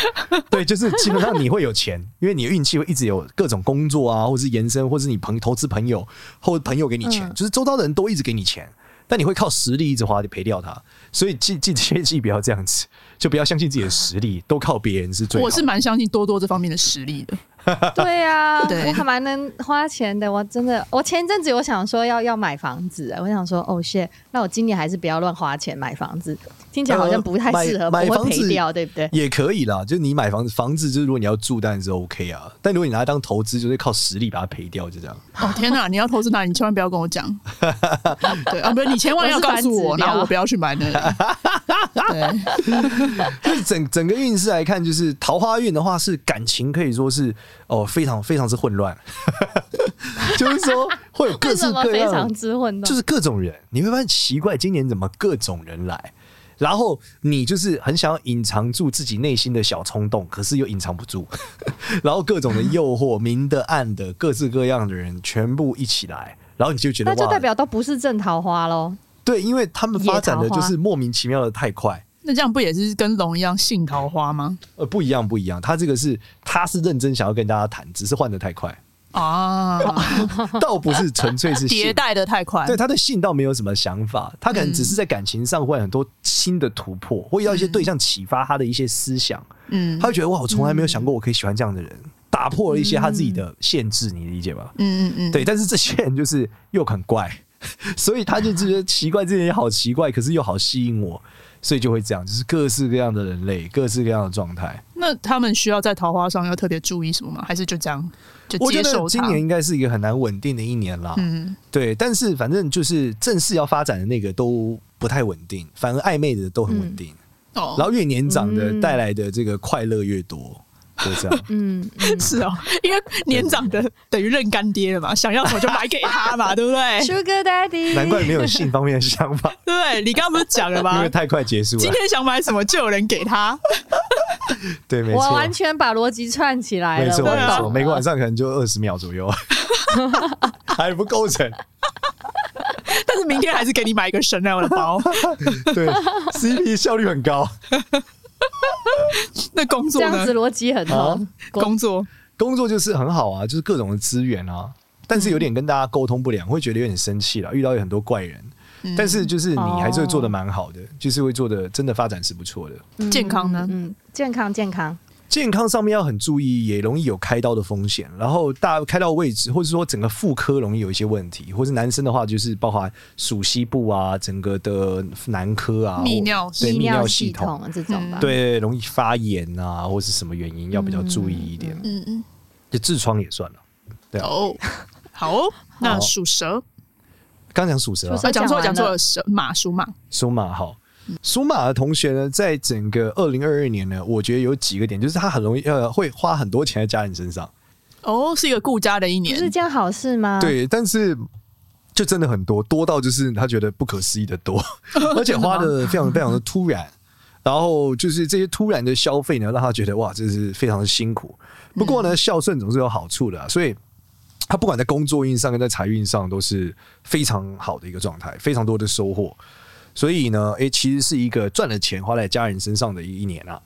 C: 对，就是基本上你会有钱，因为你的运气会一直有各种工作啊，或是延伸，或是你朋投资朋友或朋友给你钱，就是周遭的人都一直给你钱，但你会靠实力一直花赔掉它。所以记记切记不要这样子，就不要相信自己的实力，都靠别人是最好
A: 我
C: 的。
A: 是蛮相信多多这方面的实力 的。
D: 对呀、
A: 对
D: 我还蛮能花钱的。我真的，我前一阵子我想说要要买房子，我想说哦 shit，那我今年还是不要乱花钱买房子，听起来好像不太适合，
C: 呃买
D: 不
C: 买
D: 会
C: 房
D: 赔
C: 子
D: 掉，对不 对？
C: 也可以啦，就是你买房子，房子就是如果你要住，当然是 OK 啊。但如果你拿来当投资，就是靠实力把它赔掉，就这样。
A: 哦天哪！你要投资哪里？你千万不要跟我 讲。对啊，不是你千万要告诉
D: 我
A: 我，
D: 是反指标
A: 然后我不要去买那里。 对，
C: 就是整整个运势来看，就是桃花运的话，是感情可以说是哦非常非常之混乱， 就是说会有各
D: 为
C: 式
D: 什么
C: 各
D: 非
C: 样
D: 常
C: 的，
D: 之混乱？
C: 就是各种人，你会发现奇怪，今年怎么各种人来？然后你就是很想要隐藏住自己内心的小冲动，可是又隐藏不住， 然后各种的诱惑，明的暗的，各式各样的人全部一起来，然后你就觉得
D: 那
C: 哇，
D: 就代表都不是正桃花喽。
C: 对，因为他们发展的
D: 野桃
C: 就
D: 花
C: 是莫名其妙的太快，
A: 那这样不也是跟龙一样性桃花吗？
C: 呃，不一样，不一样。他这个是，他是认真想要跟大家谈，只是换的太快，
A: 啊，
C: 倒不是纯粹 是
A: 迭
C: 信。
A: 代的太快
C: 对。他的信倒没有什么想法，他可能只是在感情上会有很多新的突破，或要一些对象启发他的一些思想。
A: 嗯
C: 他会觉得哇，我从来没有想过我可以喜欢这样的人，打破了一些他自己的限制，你理解吗？
A: 嗯嗯嗯，
C: 对，但是这些人就是又很怪， 所以他就觉得奇怪，这些人好奇怪，可是又好吸引我，所以就会这样，就是各式各样的人类，各式各样的状态。
A: 那他们需要在桃花上要特别注意什么吗？还是就这样就
C: 我觉
A: 接
C: 得
A: 受
C: 今
A: 它？
C: 年应该是一个很难稳定的一年啦。
A: 嗯，
C: 对，但是反正就是正式要发展的那个都不太稳定，反而暧昧的都很稳定，
A: 哦，
C: 然后越年长的
D: 嗯
C: 带来的这个快乐越多，就这 样。
D: 嗯，嗯
A: 是哦，因为年长的等于认干爹了嘛，想要什么就买给他嘛，对不对？
D: ，Sugar Daddy，
C: 难怪没有性方面的想 法，
A: 对不对，你刚刚不是讲了
C: 因
A: 吗
C: 为？太快结束
A: 今
C: 了。
A: 天想买什么就有人给他，
C: 对，没
D: 我
C: 错，
D: 完全把逻辑串起来了。
C: 没错，
A: 对
C: 没
A: 啊
C: 错，每个晚上可能就二十秒左右， 还不构成。
A: 但是明天还是给你买一个神奈的包。
C: 对，CP 效率很高，
A: 那工
D: 这
A: 作
D: 样
A: 呢
D: 子？逻辑很好
C: 啊。
A: 工作
C: 工作就是很好啊，就是各种的资源啊，但是有点跟大家沟通不良，会觉得有点生气了，遇到有很多怪人。
D: 嗯
C: 但是就是你还是会
D: 哦
C: 做的蛮好的，就是会做的真的发展是不错的。
A: 健康呢？
D: 嗯，健康健康，
C: 健康上面要很注意，也容易有开刀的风险。然后大开刀位置，或者说整个妇科容易有一些问题，或是男生的话就是包含属西部啊，整个的男科啊，
A: 泌尿
C: 对泌尿
D: 系嗯
C: 系统，
D: 这种吧。，
C: 对容易发炎啊，或是什么原因要比较注意一点。
A: 嗯嗯，
C: 就痔疮也算了，对啊，
A: 哦，好哦，那属蛇，
C: 刚讲属蛇啊
D: 属蛇
A: 啊，讲错
D: 讲
A: 讲
D: 完了
A: 错了，蛇马属马，
C: 属马好，属马的同学呢，在整个二零二二年呢，我觉得有几个点，就是他很容易呃会花很多钱在家人身上，
A: 哦，是一个顾家的一
D: 不是
A: 年，
D: 这样好事吗？，
C: 对，但是就真的很多，多到就是他觉得不可思议的多，而且花的非常非常的突然。然后就是这些突然的消费呢，让他觉得哇，这是非常的辛苦。不过呢，孝顺总是有好处的啊、所以他不管在工作运上跟在财运上都是非常好的一个状态，非常多的收获。所以呢，诶、其实是一个赚了钱花在家人身上的一年啊。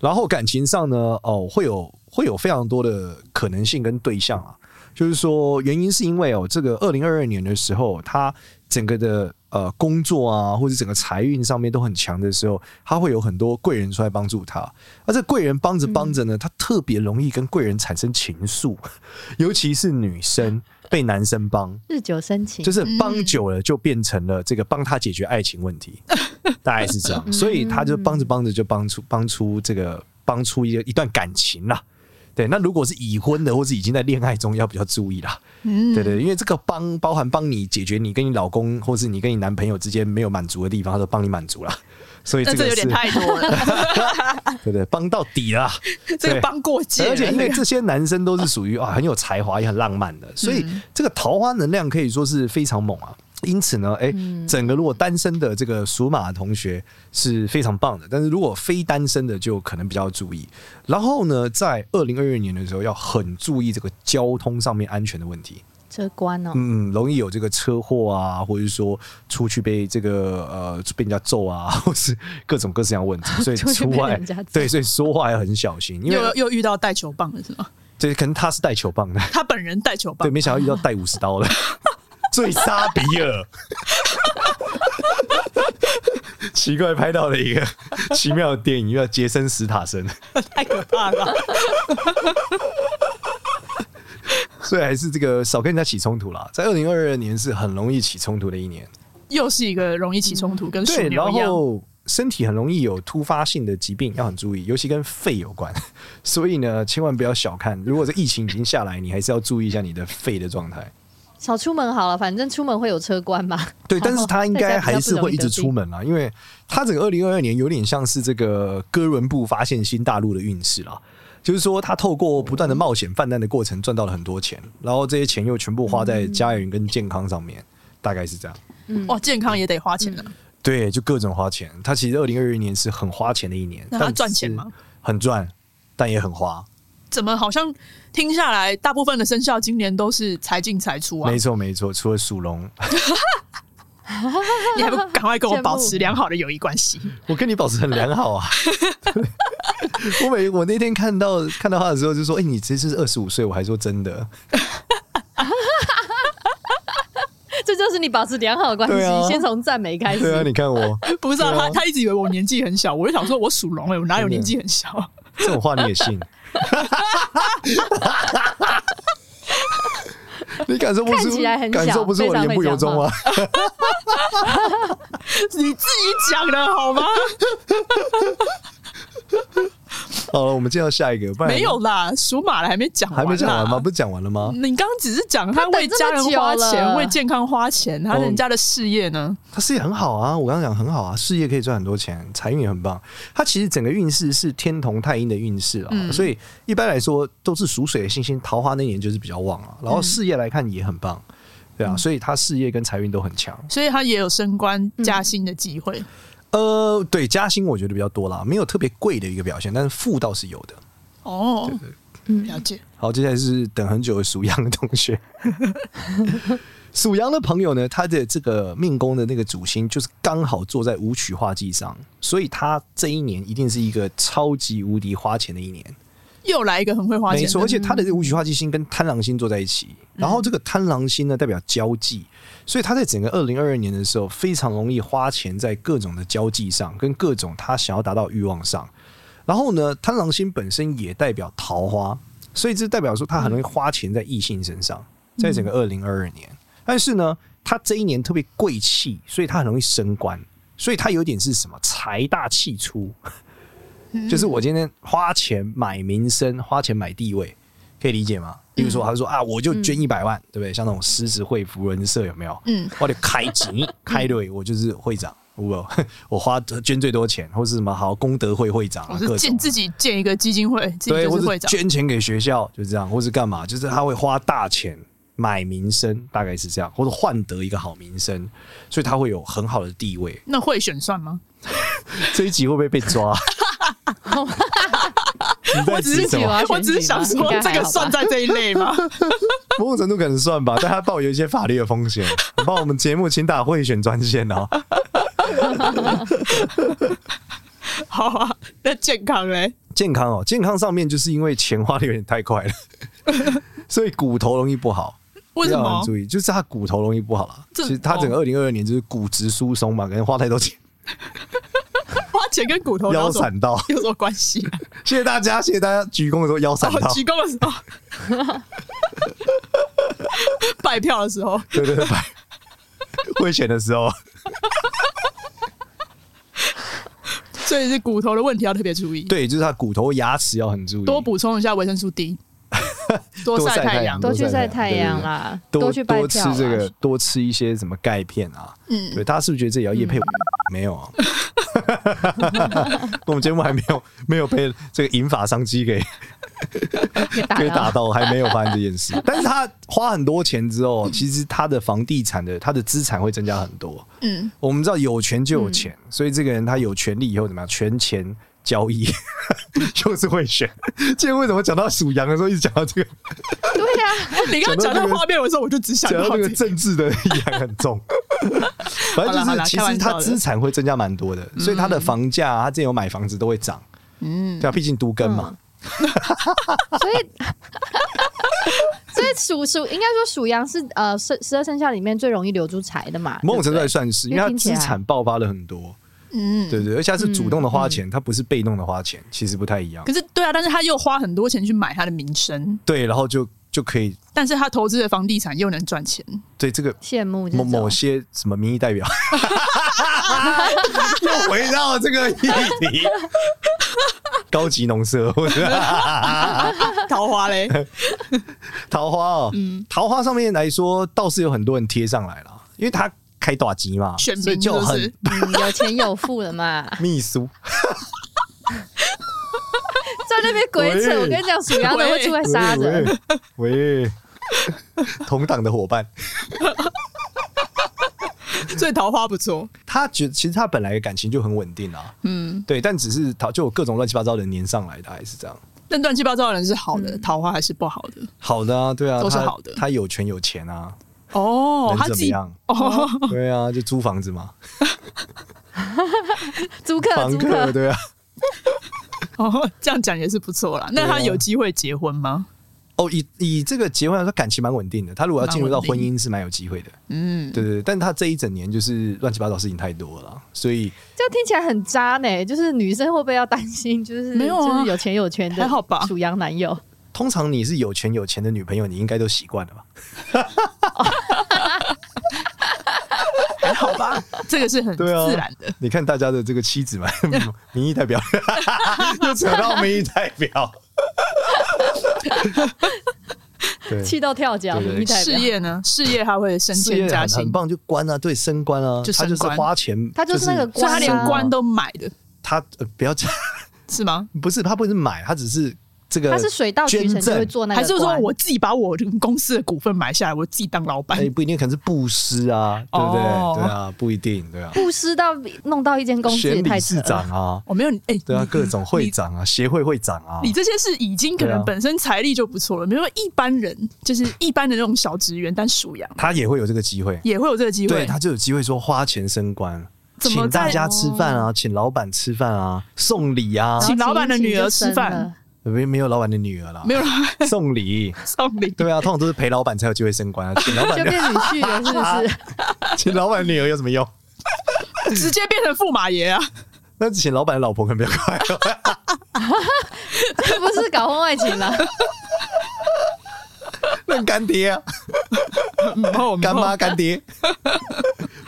C: 然后感情上呢，哦，会有会有非常多的可能性跟对象啊。就是说，原因是因为哦，这个二零二二年的时候，他整个的呃工作啊，或者整个财运上面都很强的时候，他会有很多贵人出来帮助他。而这贵人帮着帮着呢，他特别容易跟贵人产生情愫，尤其是女生被男生帮，
D: 日久生情，
C: 就是
A: 嗯
C: 帮久了就变成了这个帮他解决爱情问 题，大概是
A: 嗯
C: 这样。所以他就帮着帮着就帮出帮出这个帮出一个一段感情啦。对，那如果是已婚的或是已经在恋爱中，要比较注意啦。
A: 嗯，
C: 对对，因为这个帮包含帮你解决你跟你老公或是你跟你男朋友之间没有满足的地方，他都帮你满足了。所以
A: 但
C: 这
A: 这
C: 个
A: 有
C: 是
A: 点太多了，
C: 对对，帮到底了。
A: 这个
C: 对
A: 帮过界了，
C: 而 且因为
A: 这个
C: 这些男生都是属于啊很有才华也很浪漫的，
D: 嗯
C: 所以这个桃花能量可以说是非常猛啊。因此呢，哎、
D: 嗯
C: 整个如果单身的这个属马的同学是非常棒的，但是如果非单身的就可能比较注意。然后呢，在二零二二年的时候要很注意这个交通上面安全的问题，
D: 车关哦，
C: 嗯，容易有这个车祸啊，或者是说出去被这个呃被人家揍啊， 或是各种各式样的问题，所以
D: 出去
C: 出
D: 被
C: 外
D: 人家揍
C: 对，所以说话要很小心，因为
A: 又又遇到带球棒了是吗？
C: 对，可能他是带球棒的，
A: 他本人带球棒
C: 对，，没想到遇到带五 十刀的，最杀比尔，奇怪拍到了一个奇妙的电影，叫《杰森·史塔森》，
A: 太可怕了。
C: 所以还是这个少跟人家起冲突啦。在二零二二年是很容易起冲突的一年，
A: 又是一个容易起冲突，跟鼠
C: 嗯对，
A: 牛
C: 然
A: 一样。
C: 后身体很容易有突发性的疾病，要很注意，尤其跟肺有关。所以呢，千万不要小看，如果这疫情已经下来，你还是要注意一下你的肺的状态。
D: 少出门好了，反正出门会有车关嘛。
C: 对，但是他应该还是会一直出
D: 门。
C: 门啦，因为他整个二零二二年有点像是这个哥伦布发现新大陆的运势啦。就是说，他透过不断的冒险泛滥的过程赚到了很多钱，然后这些钱又全部花在家人跟健康上面，大概是这样。
A: 哇，健康也得花钱
C: 嗯
A: 的，
C: 对，就各种花钱。他其实二零二一年是很花钱的一年，
A: 那他赚钱吗？
C: 很赚，但也很花。
A: 怎么好像听下来，大部分的生肖今年都是财进财出啊
C: 没？错，没错，除了属龙，
A: 你还不赶快跟我
D: 羡慕
A: 保持良好的友谊关 系？
C: 我跟你保持很良好啊。 我每我那天看到看到他的时候，就说：“哎、你其实是二十五岁。”我还说真的，
D: 这就是你保持良好的关系，
C: 对啊
D: 先从赞美开始。
C: 对啊，你看我
A: 不是啊，
C: 对啊
A: 他他一直以为我年纪很小，我就想说，我属龙了，我哪有
C: 真的
A: 年纪很小？
C: 这种话你也信？ 你感受不出，
D: 看起来很小
C: 感受不出我言不由衷啊吗？
A: 你自己讲的好 吗？
C: 好了，我们进到下一个，不然
A: 没有啦，属马的还没讲完，
C: 还没讲
D: 啊
C: 完吗？？不是讲完了吗？
A: 你刚刚只是讲他
D: 他等
A: 为家人
D: 这么久
A: 花钱，
C: 嗯
D: 了
A: 为健康花钱，他
C: 哦
A: 人家的事业呢？
C: 他事业很好啊，我刚刚讲很好啊，事业可以赚很多钱，财运也很棒。他其实整个运势是天同太阴的运势啊，所以一般来说都是属水的星星，桃花那年就是比较旺啊。然后事业来看也很棒，对啊，所以他事业跟财运都很强。
A: 所以他也有升官
C: 嗯
A: 加薪的机会。
C: 呃，对，加薪我觉得比较多啦，没有特别贵的一个表现，但是富倒是有的。
A: 哦，
D: 嗯
A: 了解。
C: 好，接下来是等很久的属羊的同学。 属羊的朋友呢，他的这个命宫的那个主星就是刚好坐在武曲化忌上，所以他这一年一定是一个超级无敌花钱的一年。
A: 又来一个很会花
C: 没
A: 钱
C: 错，而
A: 的，嗯
C: 且他的这个武曲化忌星跟贪狼星坐在一起，然后这个贪狼星呢代表交际，所以他在整个二零二二年的时候非常容易花钱在各种的交际上，跟各种他想要达到欲望上。然后呢，贪狼星本身也代表桃花，所以这代表说他很容易花钱在异性身上，在
A: 嗯
C: 整个二零二二年。但是呢，他这一年特别贵气，所以他很容易升官，所以他有点是什么财大气粗，
A: 嗯
C: 就是我今天花钱买名声，花钱买地位，可以理解吗？例
A: 嗯
C: 如说，他说啊，我就捐一百万，对不对？像那种狮子会福人社有没有？
A: 嗯，
C: 我得开 级开队，我就是会长。我 我花捐最多钱，或是什么好功德会会长啊，
A: 我
C: 各
A: 是
C: 种
A: 建自己建一个基金会，自己
C: 对，
A: 就
C: 或
A: 是
C: 者
A: 会长。
C: 捐钱给学校，就这样，或是干嘛，就是他会花大钱买名声，大概是这样，或者换得一个好名声，所以他会有很好的 地位。
A: 那会选算 吗？
C: 这一集会不会被抓？
D: 哦
C: 你在
A: 只
C: 指
A: 是
C: 什 么？
D: 啊要选举吗
A: 我只是想说
D: 应该，还好
A: 这
D: 吧
A: 个算在这一类 吗？
C: 某种程度可能算吧，但他抱有一些法律的风险。帮我们节目请打贿选专线哦。
A: 好啊，那健康嘞，
C: 健康哦，健康上面就是因为钱花的有点 太快了，所以骨头容易不好。
A: 为什
C: 要
A: 么
C: 很？注意，就是他骨头容易不好啦。
A: 这哦
C: 其实他整个二零二二年就是骨质疏松嘛，可能花太多钱，
A: 花钱跟骨头
C: 腰
A: 有什么
C: 闪到。
A: 有什么关系、啊？
C: 谢谢大家，谢谢大家鞠躬的时候腰 闪到
A: 哦，，鞠躬的时候， 拜票的时候，
C: 对对对， 拜会选的时候，
A: 所以是骨头的问题要特别注意。，
C: 对，就是他骨头牙齿要很注意，
A: 多补充一下维生素 D，多
C: 多
A: 晒
C: 晒太
A: 太
C: 阳
A: 阳。
D: 多去晒太
C: 太阳
D: 阳啦，
C: 多
D: 去拜
C: 多吃
D: 票啦
C: 这个，多吃一些什么钙片啊，嗯，对，大家是不是觉得这也要叶配？没有啊， 我们节目还没有没有被这个银发商机给
D: 给打
C: 被
D: 到
C: 打到，还没有发现这件事。但是他花很多钱之后，其实他的房地产的他的资产会增加很多。
A: 嗯，
C: 我们知道有权就有钱，所以这个人他有权利以后怎么样？权钱交易 就是会选。今天为什么讲到属羊的时候，一直讲到这个，
D: 对啊，
A: 你刚刚讲到画面的时候，我就只想
C: 讲
A: 到
C: 到
A: 这
C: 这个
A: 个
C: 政治的影 很重。反
A: 好
C: 正就
A: 啦好
C: 是，
A: 啦
C: 其
A: 开
C: 实
A: 玩笑
C: 他
A: 的嗯
C: 资产会增加蛮多的，所以他的房价啊，他之前有买房子都会涨。嗯，对啊，毕竟都根嘛。
D: 所以所以属属应该说属羊是呃十十二生肖里面最容易留住财的嘛，
C: 某种程度
D: 对
C: 来
D: 不
C: 算是，因为
D: 因
C: 他
D: 为听起
C: 资
D: 来
C: 产爆发了很多，
A: 嗯。
C: 对对，而且他是主动的花钱，他不是被动的花钱，其实不太一样
A: 可。是对啊，但是他又花很多钱去买他的名声，
C: 对，然后就就可以
A: 但是他投资的房地产又能赚钱，
C: 对这个
D: 对羡慕这
C: 某
D: 种
C: 某些什么民意代表，又回到这个议题，高级农舍，我觉得
A: 桃花嘞，
C: 桃花哦，
A: 嗯
C: 桃花上面来说倒是有很多人贴上来了，因为他开大集嘛，
A: 选
C: 所以
A: 民
C: 就是
A: 不
C: 很
A: 是？
D: 嗯有钱有富的嘛，
C: 秘书。
D: 在那边鬼扯，
C: 喂
D: 我跟你讲，属羊的会出来杀人。
C: 喂，喂，同党的伙伴，
A: 所以桃花不错，
C: 他觉其实他本来感情就很稳定 啊，
A: 嗯，
C: 对，但只是他就有各种乱七八糟的粘上来，他还是这样。
A: 但乱七八糟的人是好的，桃花还是不好的。
C: 好的啊，对啊，
A: 都是
C: 他
A: 好的
C: 他有权有钱啊，
A: 哦，他自
C: 能怎么
A: 己
C: 样？
A: 哦，
C: 对啊，就租房子嘛，
D: 租客，
C: 房
D: 租
C: 客
D: 客，
C: 对啊。
A: 哦，这样讲也是不错啦。那他有机会结婚吗？
C: 哦，以以这个结婚来说，感情蛮稳定的。他如果要进入到婚姻，是蛮有机会的。
A: 嗯，
C: 对对对，但他这一整年就是乱七八糟事情太多了啦，所以
D: 这样听起来很渣呢。就是女生会不会要 担心？就是
A: 没有啊
D: 就是有钱有权的，
A: 还好吧
D: 属羊男友，
C: 通常你是有权有钱的女朋友，你应该都习惯了吧？
A: 还好吧， 这个是很自
C: 对啊
A: 然 的。
C: 你看大家的这个妻子们， 民意代 表又扯到民意代
D: 啊
C: 表， 对，
D: 气到跳脚，
C: 对对
D: 民意代
A: 事
D: 表。
A: 业呢？事业他会升
C: 事业
A: 迁加
C: 很
A: 薪
C: 很，棒，就官啊，对，升官啊，
A: 就
C: 他
A: 升
C: 就是
A: 官
C: 花钱，
D: 他就是那个
A: 所以他
D: 官啊
A: 连官都买的
C: 他呃不要讲，
A: 是吗？
C: 不是他不是买，他只是这个
D: 他是水到
C: 捐
D: 渠成就会
C: 赠。
D: 做那个
A: 还
D: 官，
A: 是说我自己把我这个公司的股份买下来，我自己当老板
C: 哎、？不一定，可能是布施啊，对不对？
A: 哦
C: 对啊，不一定，对啊，
D: 布施到弄到一间公司也
C: 选
D: 太
C: 理
D: 扯
C: 事
D: 了。
C: 长啊，
A: 我没有你哎，
C: 对啊，
A: 你
C: 各种会长啊，协会会长啊，
A: 你这些是已经可
C: 对
A: 能
C: 啊
A: 本身财力就不错了，没有一般人就是一般的那种小职员，但属羊
C: 他也会有这个机会，
A: 也会有这个机
C: 对
A: 会。
C: 他就有机会说花钱升官，
A: 怎
C: 请
A: 么在
C: 大家吃饭啊，请老板吃饭啊，送礼啊，
A: 请老板的女儿吃饭
D: 然后请一请就生了，
C: 没没有老板的女儿啦，
A: 没有人
C: 送礼。
A: 送礼，
C: 对啊，通常都是陪老板才有机会升 官啊，请老板
D: 就变女婿了，是 不是？
C: 请老板的女儿有什么用？
A: 直接变成驸马爷 啊！
C: 那请老板的老婆可能比较快哦乐。
D: 这不是搞婚外情 了？
C: 那干爹 啊，嗯
A: 然后我们
C: 干妈干 爹，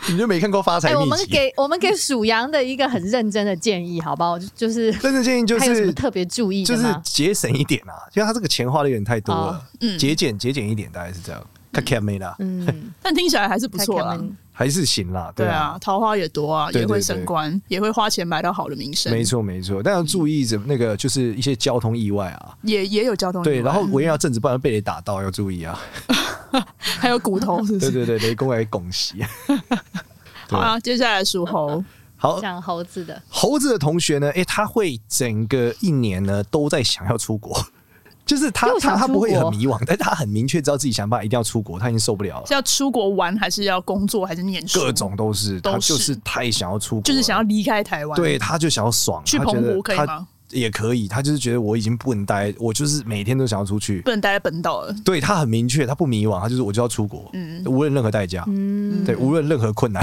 C: 你就没看过发财
D: 哎，我
C: 秘
D: 们
C: 籍？啊
D: 给我们给属羊的一个很认真的建议，好不好？就就是
C: 认真建议就
D: 还有什
C: 是
D: 么特别注意
C: 就
D: 的
C: 是
D: 吗？
C: 节省一点啊，因为他这个钱花的有点太多了
D: 哦，
C: 节俭节俭一点，大概是这样。看 c a m 啦，
D: 嗯，
A: 但听起来还是不错啦
D: 太。看
C: 还是行啦，
A: 对啊
C: 啊，，
A: 桃花也多啊，
C: 对
A: 也会
C: 对
A: 升
C: 对
A: 官，也会花钱买到好的名声，
C: 没错没错，但要注意怎么那个就是一些交通意外啊，
A: 也也有交
D: 哦
A: 通意外
C: 对，然后围绕政治，不然被雷打到要注意啊，
A: 还有骨 头，是不
D: 嗯
C: 对
A: 是？
C: 对对，雷公来拱 袭。
A: 好啊，接下来属猴，
C: 好，
D: 讲猴子的，
C: 猴子的同学呢，诶，他会整个一年呢都在想要出国，就是他
D: 又想
C: 他他
D: 出
C: 不会很
D: 国
C: 迷惘，但他很明确知道自己想办法一定要出国，他已经受不了了
A: 是，要出国玩，还是要工作，还是念书？
C: 各种都是，
A: 都
C: 他就是
A: 是
C: 太想要出国了，
A: 就是想要离开台湾。
C: 对，他就想要爽，
A: 去
C: 他觉
A: 澎湖
C: 得
A: 可以
C: 他
A: 吗
C: 也可以，他就是觉得我已经不能待，我就是每天都想要出去
A: 不。能待在本岛了。
C: 对他很明确，他不迷惘，他就是我就要出
A: 嗯
C: 国，无论任何代价，
D: 嗯，
C: 对，无论任何困难，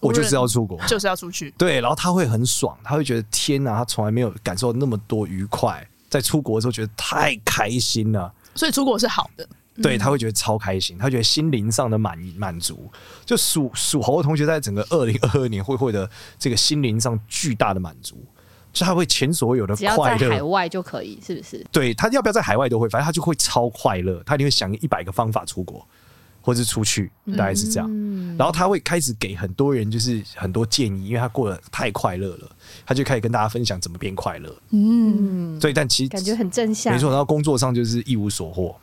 C: 我就是要出国。
A: 就是要出去，
C: 对，然后他会很爽，他会觉得天哪，他从来没有感受到那么多愉快，在出国的时候觉得太开心了。
A: 所以出国是好的。
D: 嗯
C: 对他会觉得超开心，他觉得心灵上的满满足。就属属猴的同学，在整个二零二二年会获得这个心灵上巨大的满足，就他会前所未有的
D: 只要
C: 快
D: 在
C: 乐
D: 海外就可以，是不是？
C: 对他要不要在海外都会，反正他就会超快乐，他一定会想一百个方法出国，或或是出去，大概是这样。
D: 嗯
C: 然后他会开始给很多人就是很多建议，因为他过得太快乐了，他就开始跟大家分享怎么变快乐。
A: 嗯，
C: 所以，但其实
D: 感觉很正向，
C: 没错，然后工作上就是一无所获，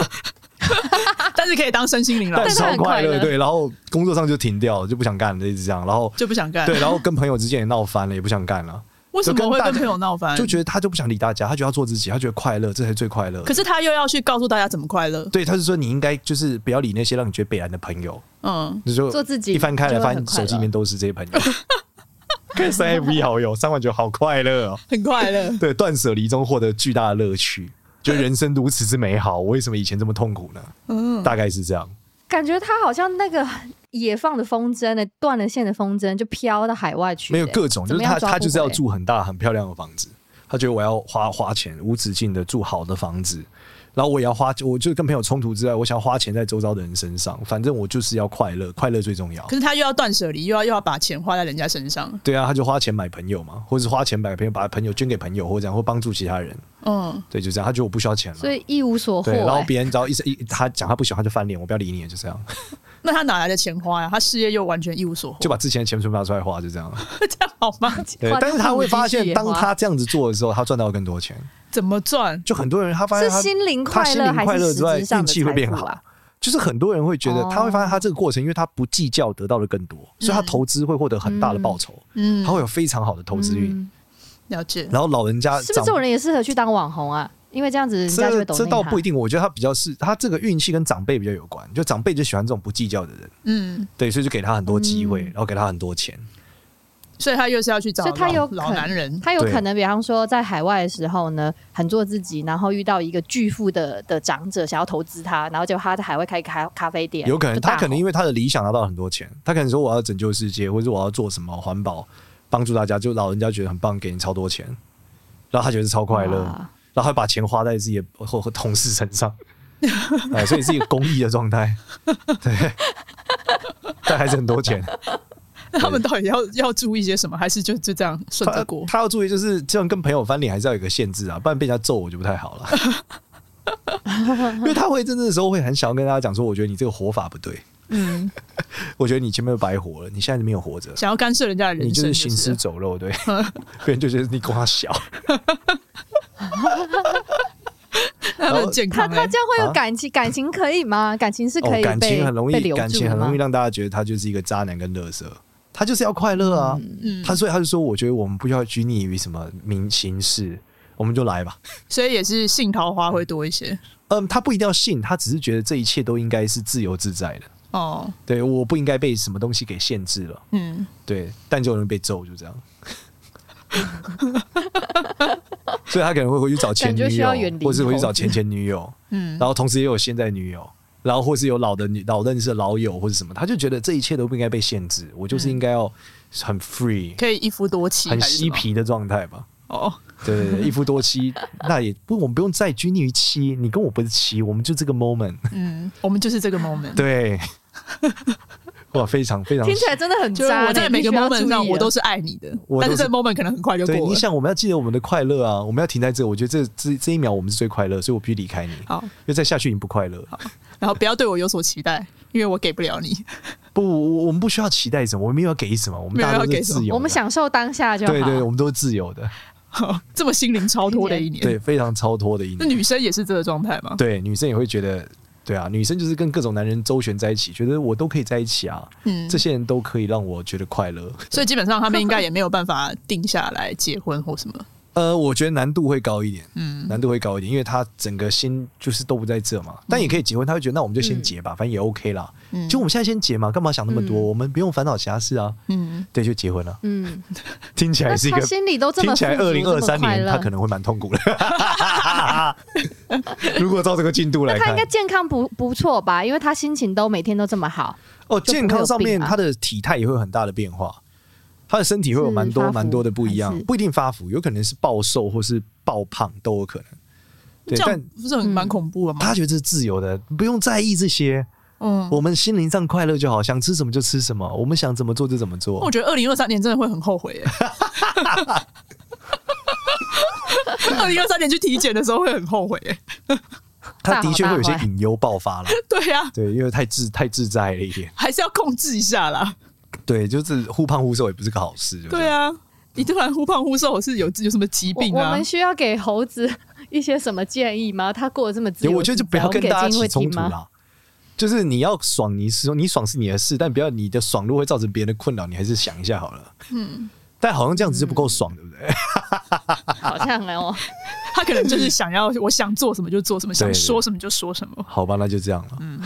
A: 啊但是可以当身心灵老
C: 但
A: 师，
C: 是
D: 他
C: 超
D: 很快
C: 快乐，
D: 乐
C: 对，然后工作上就停掉了，就不想干了，一直这样，然后
A: 就不想干。
C: 对，然后跟朋友之间也闹翻了，也不想干了，
A: 为什么会
C: 就跟大
A: 跟
C: 家
A: 朋友闹翻？
C: 就觉得他就不想理大家，他觉得要做自己，他觉得快乐，这才是最快乐的。
A: 可是他又要去告诉大家怎么快乐。
C: 对，他是说你应该就是不要理那些让你觉得北蓝的朋友，
A: 嗯，
C: 你就
D: 做自己
C: 一翻开来，
D: 就会
C: 发现
D: 很快乐
C: 手机里面都是这些朋友， 看三 F 一好友，三万九好快乐哦。
A: 很快乐。
C: 对，断舍离中获得巨大的乐趣，觉得人生如此之美好，我为什么以前这么痛苦呢？
A: 嗯，
C: 大概是这样。
D: 感觉他好像那个野放的风筝呢，断了线的风筝就飘到海外去了，
C: 没有各种，就
D: 怎
C: 是
D: 么样
C: 他
D: 抓
C: 他
D: 不
C: 就是要
D: 回
C: 住很大很漂亮的房子，他觉得我要花花钱无止境的住好的房子，然后我也要花，我就跟朋友冲突之外，我想要花钱在周遭的人身上，反正我就是要快乐，快乐最重要
A: 可。是他又要断舍离，又要又要把钱花在人家身上。
C: 对啊，他就花钱买朋友嘛，或者是花钱买朋友，把朋友捐给朋友，或者这样，或帮助其他人。
A: 嗯，
C: 对，就这样，他觉得我不需要钱了。
D: 所以一无所获、
C: 对，然后
D: 欸。
C: 别人只要一一他讲他不喜欢，他就翻脸，我不要理你，就这样，
A: 那他哪来的钱花呀？他事业又完全一无所获，
C: 就把之前的钱全部拿出来花，就这样。
A: 这样好吗？
C: 对
D: 花，
C: 但是他会发
D: 自己
C: 现，
D: 也
C: 当
D: 花
C: 他这样子做的时候，他赚到更多钱。
A: 怎么赚？
C: 就很多人他发现
D: 是
C: 他
D: 心灵
C: 他
D: 快
C: 心
D: 乐
C: 灵
D: 还
C: 快
D: 是
C: 乐
D: 实
C: 之外，
D: 质上
C: 运
D: 的
C: 气会
D: 财
C: 变
D: 富
C: 好
D: 啊？。
C: 就是很多人会觉得
D: 哦嗯
C: 他会发现他这个过程，因为他不计较得到的更多，所以他投资会获得很大的报酬，
A: 嗯
C: 他，会有非常好的投资运。
A: 了解。
C: 然后老人家
D: 嗯是不是这种人也适合去当网红啊？因为这样子人家就
C: 这
D: 会懂
C: 这倒不一定，我觉得他比较是他这个运气跟长辈比较有关，就长辈就喜欢这种不计较的人，
A: 嗯，
C: 对，所以就给他很多机
D: 嗯
C: 会，然后给他很多钱，
A: 所以他又是要去找
D: 所以他有
A: 老老
D: 可
A: 男人。
D: 他有
C: 对
D: 可能，比方说在海外的时候呢，很做自己，然后遇到一个巨富的的长者想要投资他，然后结果他在海外开咖咖啡店，
C: 有可能
D: 就大
C: 他可能
D: 红
C: 因为他的理想拿到很多钱，他可能说我要拯救世界，或者我要做什么环保，帮助大家，就老人家觉得很棒，给你超多钱，然后他觉得超快乐，
D: 哇
C: 然后还把钱花在自己的或或同事身上，哎，所以是一个公益的状态，对，但还是很多钱。
A: 那他们到底要要注意些什么？还是就就这样顺着
C: 他
A: 过？
C: 他要注意，就是这样跟朋友翻脸还是要有个限制啊，不然被人家揍我就不太好了。因为他会真正的时候会很想要跟大家讲说，我觉得你这个活法不对，
D: 嗯，
C: 我觉得你前面都白活了，你现在没有活着，
A: 想要干涉人家的
C: 你
A: 人
C: 就
A: 生
C: 是
A: 就是
C: 行
A: 了，
C: 尸走肉，对，别人就觉得你光小，
A: 那他们健
D: 他
A: 康
D: 他
A: 欸。
D: 这样会
C: 啊
D: 有感情，感情可以吗？感情是可
C: 哦，
D: 以被、
C: 感情很容
D: 被
C: 易，
D: 留
C: 感
D: 住
C: 情
D: 的
C: 很容易
D: 吗
C: 让大家觉得他就是一个渣男跟乐色，他就是要快乐啊。
A: 嗯
C: 他所以他就说，我觉得我们不需要拘泥于什么名形式，我们就来吧。
A: 所以也是性桃花会多一些
C: 嗯，他不一定要信，他只是觉得这一切都应该是自由自在的。
A: 哦。
C: 对，我不应该被什么东西给限制了。
A: 嗯，
C: 对，但就有人被揍，就这 样。所以他可能会回去找前女
D: 感觉需要远
C: 友，
D: 离
C: 或是回去
D: 猴
C: 找
D: 子
C: 前前女友，
A: 嗯
C: 然后同时也有现在女友，然后或是有老的女老认识的老友或是什么，他就觉得这一切都不应该被限制，我就是应该要很 free、
A: 可以一夫多妻，
C: 很
A: 还嗯是
C: 嬉
A: 什么
C: 皮的状态吧。
A: 哦。
C: 对对对，一夫多 妻，那也不，我们不用再拘泥于妻，你跟我不是妻，我们就这个 moment。
A: 嗯，我们就是这个 moment。
C: 对，哇，非常非常
D: 听起来真的很
A: 就是
D: 渣呢。
A: 我在每个
D: 必须要注
A: moment
D: 意
A: 上，我
D: 了
A: 都是爱你的，
C: 我
A: 但
C: 都
A: 是
C: 是
A: 这个 moment 可能很快就
C: 对，
A: 过
C: 你
A: 了。
C: 想，我们要记得我们的快乐啊，我们要停在这。我觉得这这这一秒我们是最快乐，所以我必须离开你，因
A: 好，
C: 为再下去你不快乐。
A: 然后不要对我有所期待，因为我给不了你。
C: 不，我我们不需要期待什么，我们没有要给什么，我们
A: 没有
C: 大家
A: 要
C: 都
A: 给
C: 是
A: 什么
C: 自由的。
D: 我们享受当下就好。
C: 对对，我们都是自由的，
A: 好，哦这么心灵超脱的一年，
C: 对，非常超脱的一
A: 那
C: 年。
A: 女生也是这个状态吗？
C: 对，女生也会觉得，对啊，女生就是跟各种男人周旋在一起，觉得我都可以在一起啊，
A: 嗯
C: 这，些人都可以让我觉得快乐。
A: 所以基本上他们应该也没有办法定下来结婚或什么。
C: 呃，我觉得难度会高一点，
A: 嗯
C: 难度会高一点，因为他整个心就是都不在这
D: 嗯
C: 嘛。但也可以结婚，他会觉得那我们就先结吧，反正也 OK 啦。
A: 嗯
C: 就我们现在先结嘛，干嘛想那么多？我们不用烦恼其他事啊。
A: 嗯，
C: 对，就结 婚了。
D: 嗯，
C: 听起
D: 那
C: 哎来是一
D: 他
C: 个，
D: 心里都这么
C: 听起来
D: 富足
C: 二零二三
D: 这么快
C: 年
D: 乐
C: 他可能会蛮痛苦的。 如果照这个进度来
D: 那他应
C: 看
D: 该，健康不不错吧？因为他心情都每天都这么好，
C: 哦，
D: 就不会
C: 健
D: 有
C: 康上面
D: 病啊
C: 他的体态也会有很大的变化，他的身体会有
D: 是
C: 蛮多
D: 嗯发福
C: 蛮多的不一样
D: 还，是
C: 不一定发福，有可能是暴瘦或是暴胖都有可能。对
A: 这，样
C: 但
A: 不是很蛮恐怖的吗？
C: 他觉得这是自由的，不用在意这些。
A: 嗯，
C: 我们心灵上快乐就好，想吃什么就吃什么，我们想怎么做就怎么
A: 哦我
C: 做。
A: 觉得二零二三年真的会很后悔 耶。二零二三年去体检的时候会很后悔耶。
C: 他的确会有些
D: 大好大坏
C: 隐忧爆发 了。
A: 对呀、
C: 对，因为太自太自在了一点。
A: 还是要控制一下啦。
C: 对，就是忽胖忽瘦也不是个好事。不
A: 对，啊，你突然忽胖忽瘦是有有什么疾病
D: 我我
A: 啊
D: 们？需要给猴子 一些什么建议吗？他过得这么自由自在，
C: 我觉得就不要跟大家
D: 我们
C: 起
D: 给金
C: 冲
D: 会
C: 突
D: 听吗？
C: 啦。就是你要爽，你是你爽是你的事，但不要你的爽，如果会造成别人的困扰，你还是想一下好了。嗯，但好像这样子就不够爽，对不
D: 嗯
C: 对？
D: 好像哎哦，
A: 他可能就是想要，我想做什么就做什么，
C: 对
A: 想
C: 对
A: 说什么就说什么。
C: 好吧，那就这样了。
D: 嗯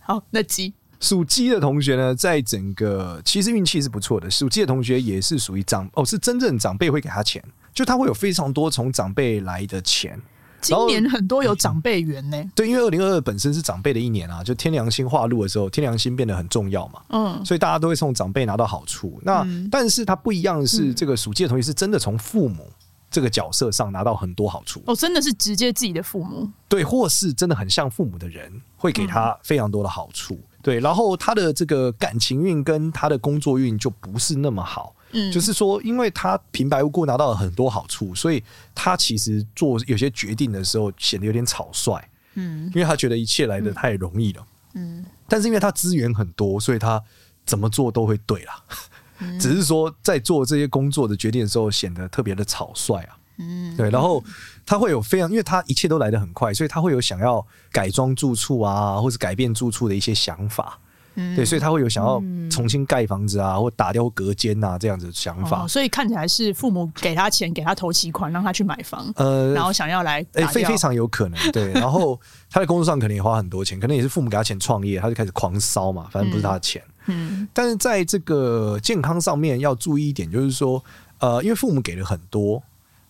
A: 好，那鸡
C: 属鸡的同学呢，在整个其实运气是不错的。属鸡的同学也是属于长哦，是真正长辈会给他钱，就他会有非常多从长辈来的钱。
A: 今年很多有长辈缘呢、
C: 对，因为二零二二本身是长辈的一年啊，就天良心化入的时候，天良心变得很重要嘛，
A: 嗯，
C: 所以大家都会从长辈拿到好处。那、但是它不一样的是，
A: 嗯
C: 这个属鸡的同学是真的从父母这个角色上拿到很多好处，
A: 哦，真的是直接自己的父母，
C: 对，或是真的很像父母的人，会
A: 嗯
C: 给他非常多的好处。对，然后他的这个感情运跟他的工作运就不是那么好。
A: 嗯，
C: 就是说，因为他平白无故拿到了很多好处，所以他其实做有些决定的时候显得有点草率，
A: 嗯
C: 因为他觉得一切来的太容易了。
A: 嗯，
C: 但是因为他资源很多，所以他怎么做都会对啦。只是说在做这些工作的决定的时候，显得特别的草率啊。
A: 嗯
C: 对，然后他会有非常，因为他一切都来得很快，所以他会有想要改装住处啊，或是改变住处的一些想法。
A: 嗯
C: 对，所以他会有想要重新盖房子啊，或打掉隔间啊这样子的想法。
A: 哦，所以看起来是父母给他钱，给他投期款，让他去买房，
C: 呃，
A: 然后想要来
C: 哎、
A: 打
C: 非
A: 掉
C: 非常有可能，对。然后他在工作上可能也花很多钱，可能也是父母给他钱创业，他就开始狂烧嘛，反正不是他的钱。
A: 嗯
C: 但是在这个健康上面要注意一点，就是说，呃，因为父母给了很多，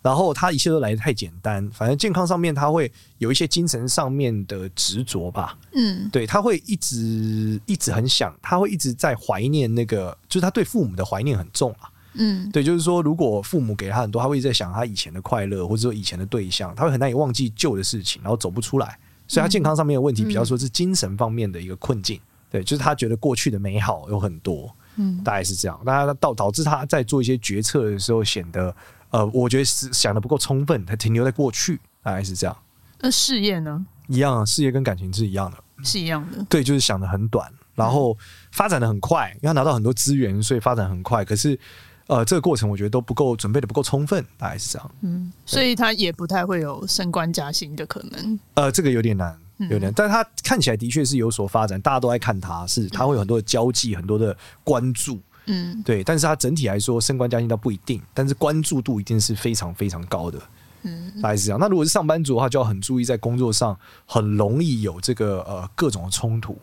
C: 然后他一切都来得太简单，反正健康上面他会有一些精神上面的执着吧，
A: 嗯
C: 对，他会一直一直很想，他会一直在怀念那个，就是他对父母的怀念很重啊。
A: 嗯
C: 对，就是说，如果父母给他很多，他会一直在想他以前的快乐，或者说以前的对象，他会很难以忘记旧的事情，然后走不出来。所以他健康上面的问题，比较说是精神方面的一个困境。对，就是他觉得过去的美好有很多，
A: 嗯，
C: 大概是这样。那导导致他在做一些决策的时候，显得呃，我觉得是想的不够充分，他停留在过去，大概是这样。
A: 那事业呃呢
C: 一样啊，事业跟感情是一样的，
A: 是一样的，
C: 嗯对，就是想的很短，然后发展的很快，因为他拿到很多资源，所以发展很快。可是，呃，这个过程我觉得都不够准备的不够充分，大概是这样。
A: 嗯，所以他也不太会有升官加薪的可能，
C: 呃，这个有点难，有点难，但他看起来的确是有所发展，大家都在看他，是他会有很多的交际，很多的关注，
A: 嗯
C: 对。但是他整体来说，升官加薪倒不一定，但是关注度一定是非常非常高的。
A: 嗯，
C: 大概是这样。那如果是上班族的话，就要很注意在工作上很容易有这个呃各种的冲突，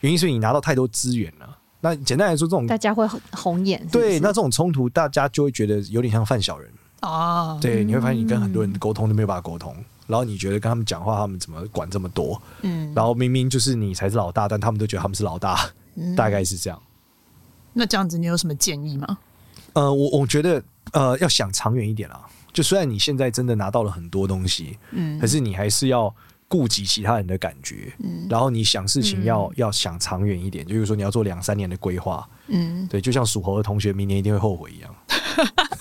C: 原因是你拿到太多资源了。那简单来说，这种
D: 大家会红红眼。是不是
C: 嗯对那这种冲突，大家就会觉得有点像犯小人。
A: 啊，
C: 对，你会发现你跟很多人沟通都没有办法沟通，然后你觉得跟他们讲话，他们怎么管这么多？
A: 嗯，
C: 然后明明就是你才是老大，但他们都觉得他们是老大，
A: 嗯
C: 大概是这样。
A: 那这样子你有什么建议吗？
C: 呃，我我觉得呃要想长远一点啦。就虽然你现在真的拿到了很多东西，
A: 嗯
C: 可是你还是要顾及其他人的感觉，然后你想事情要、要想长远一点，就比如说你要做两三年的规划，
A: 嗯，
C: 对，就像属猴的同学明年一定会后悔一样，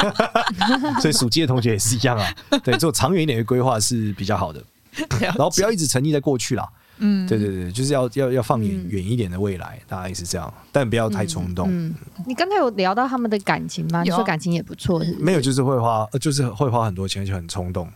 C: 所以属鸡的同学也是一样啊，对，做长远一点的规划是比较好的，
D: 啊
A: 然
C: 然后不要一直沉溺在过去啦，
A: 嗯
C: 对对对，就是要要要放远
D: 嗯
C: 远、一点的未来，大概是这样，但不要太冲动。
D: 嗯，你刚才有聊到他们的感情吗？
A: 有
D: 你说感情也不错，是不是
C: 没有，就是会花，呃就是会花很多钱，而且很冲动。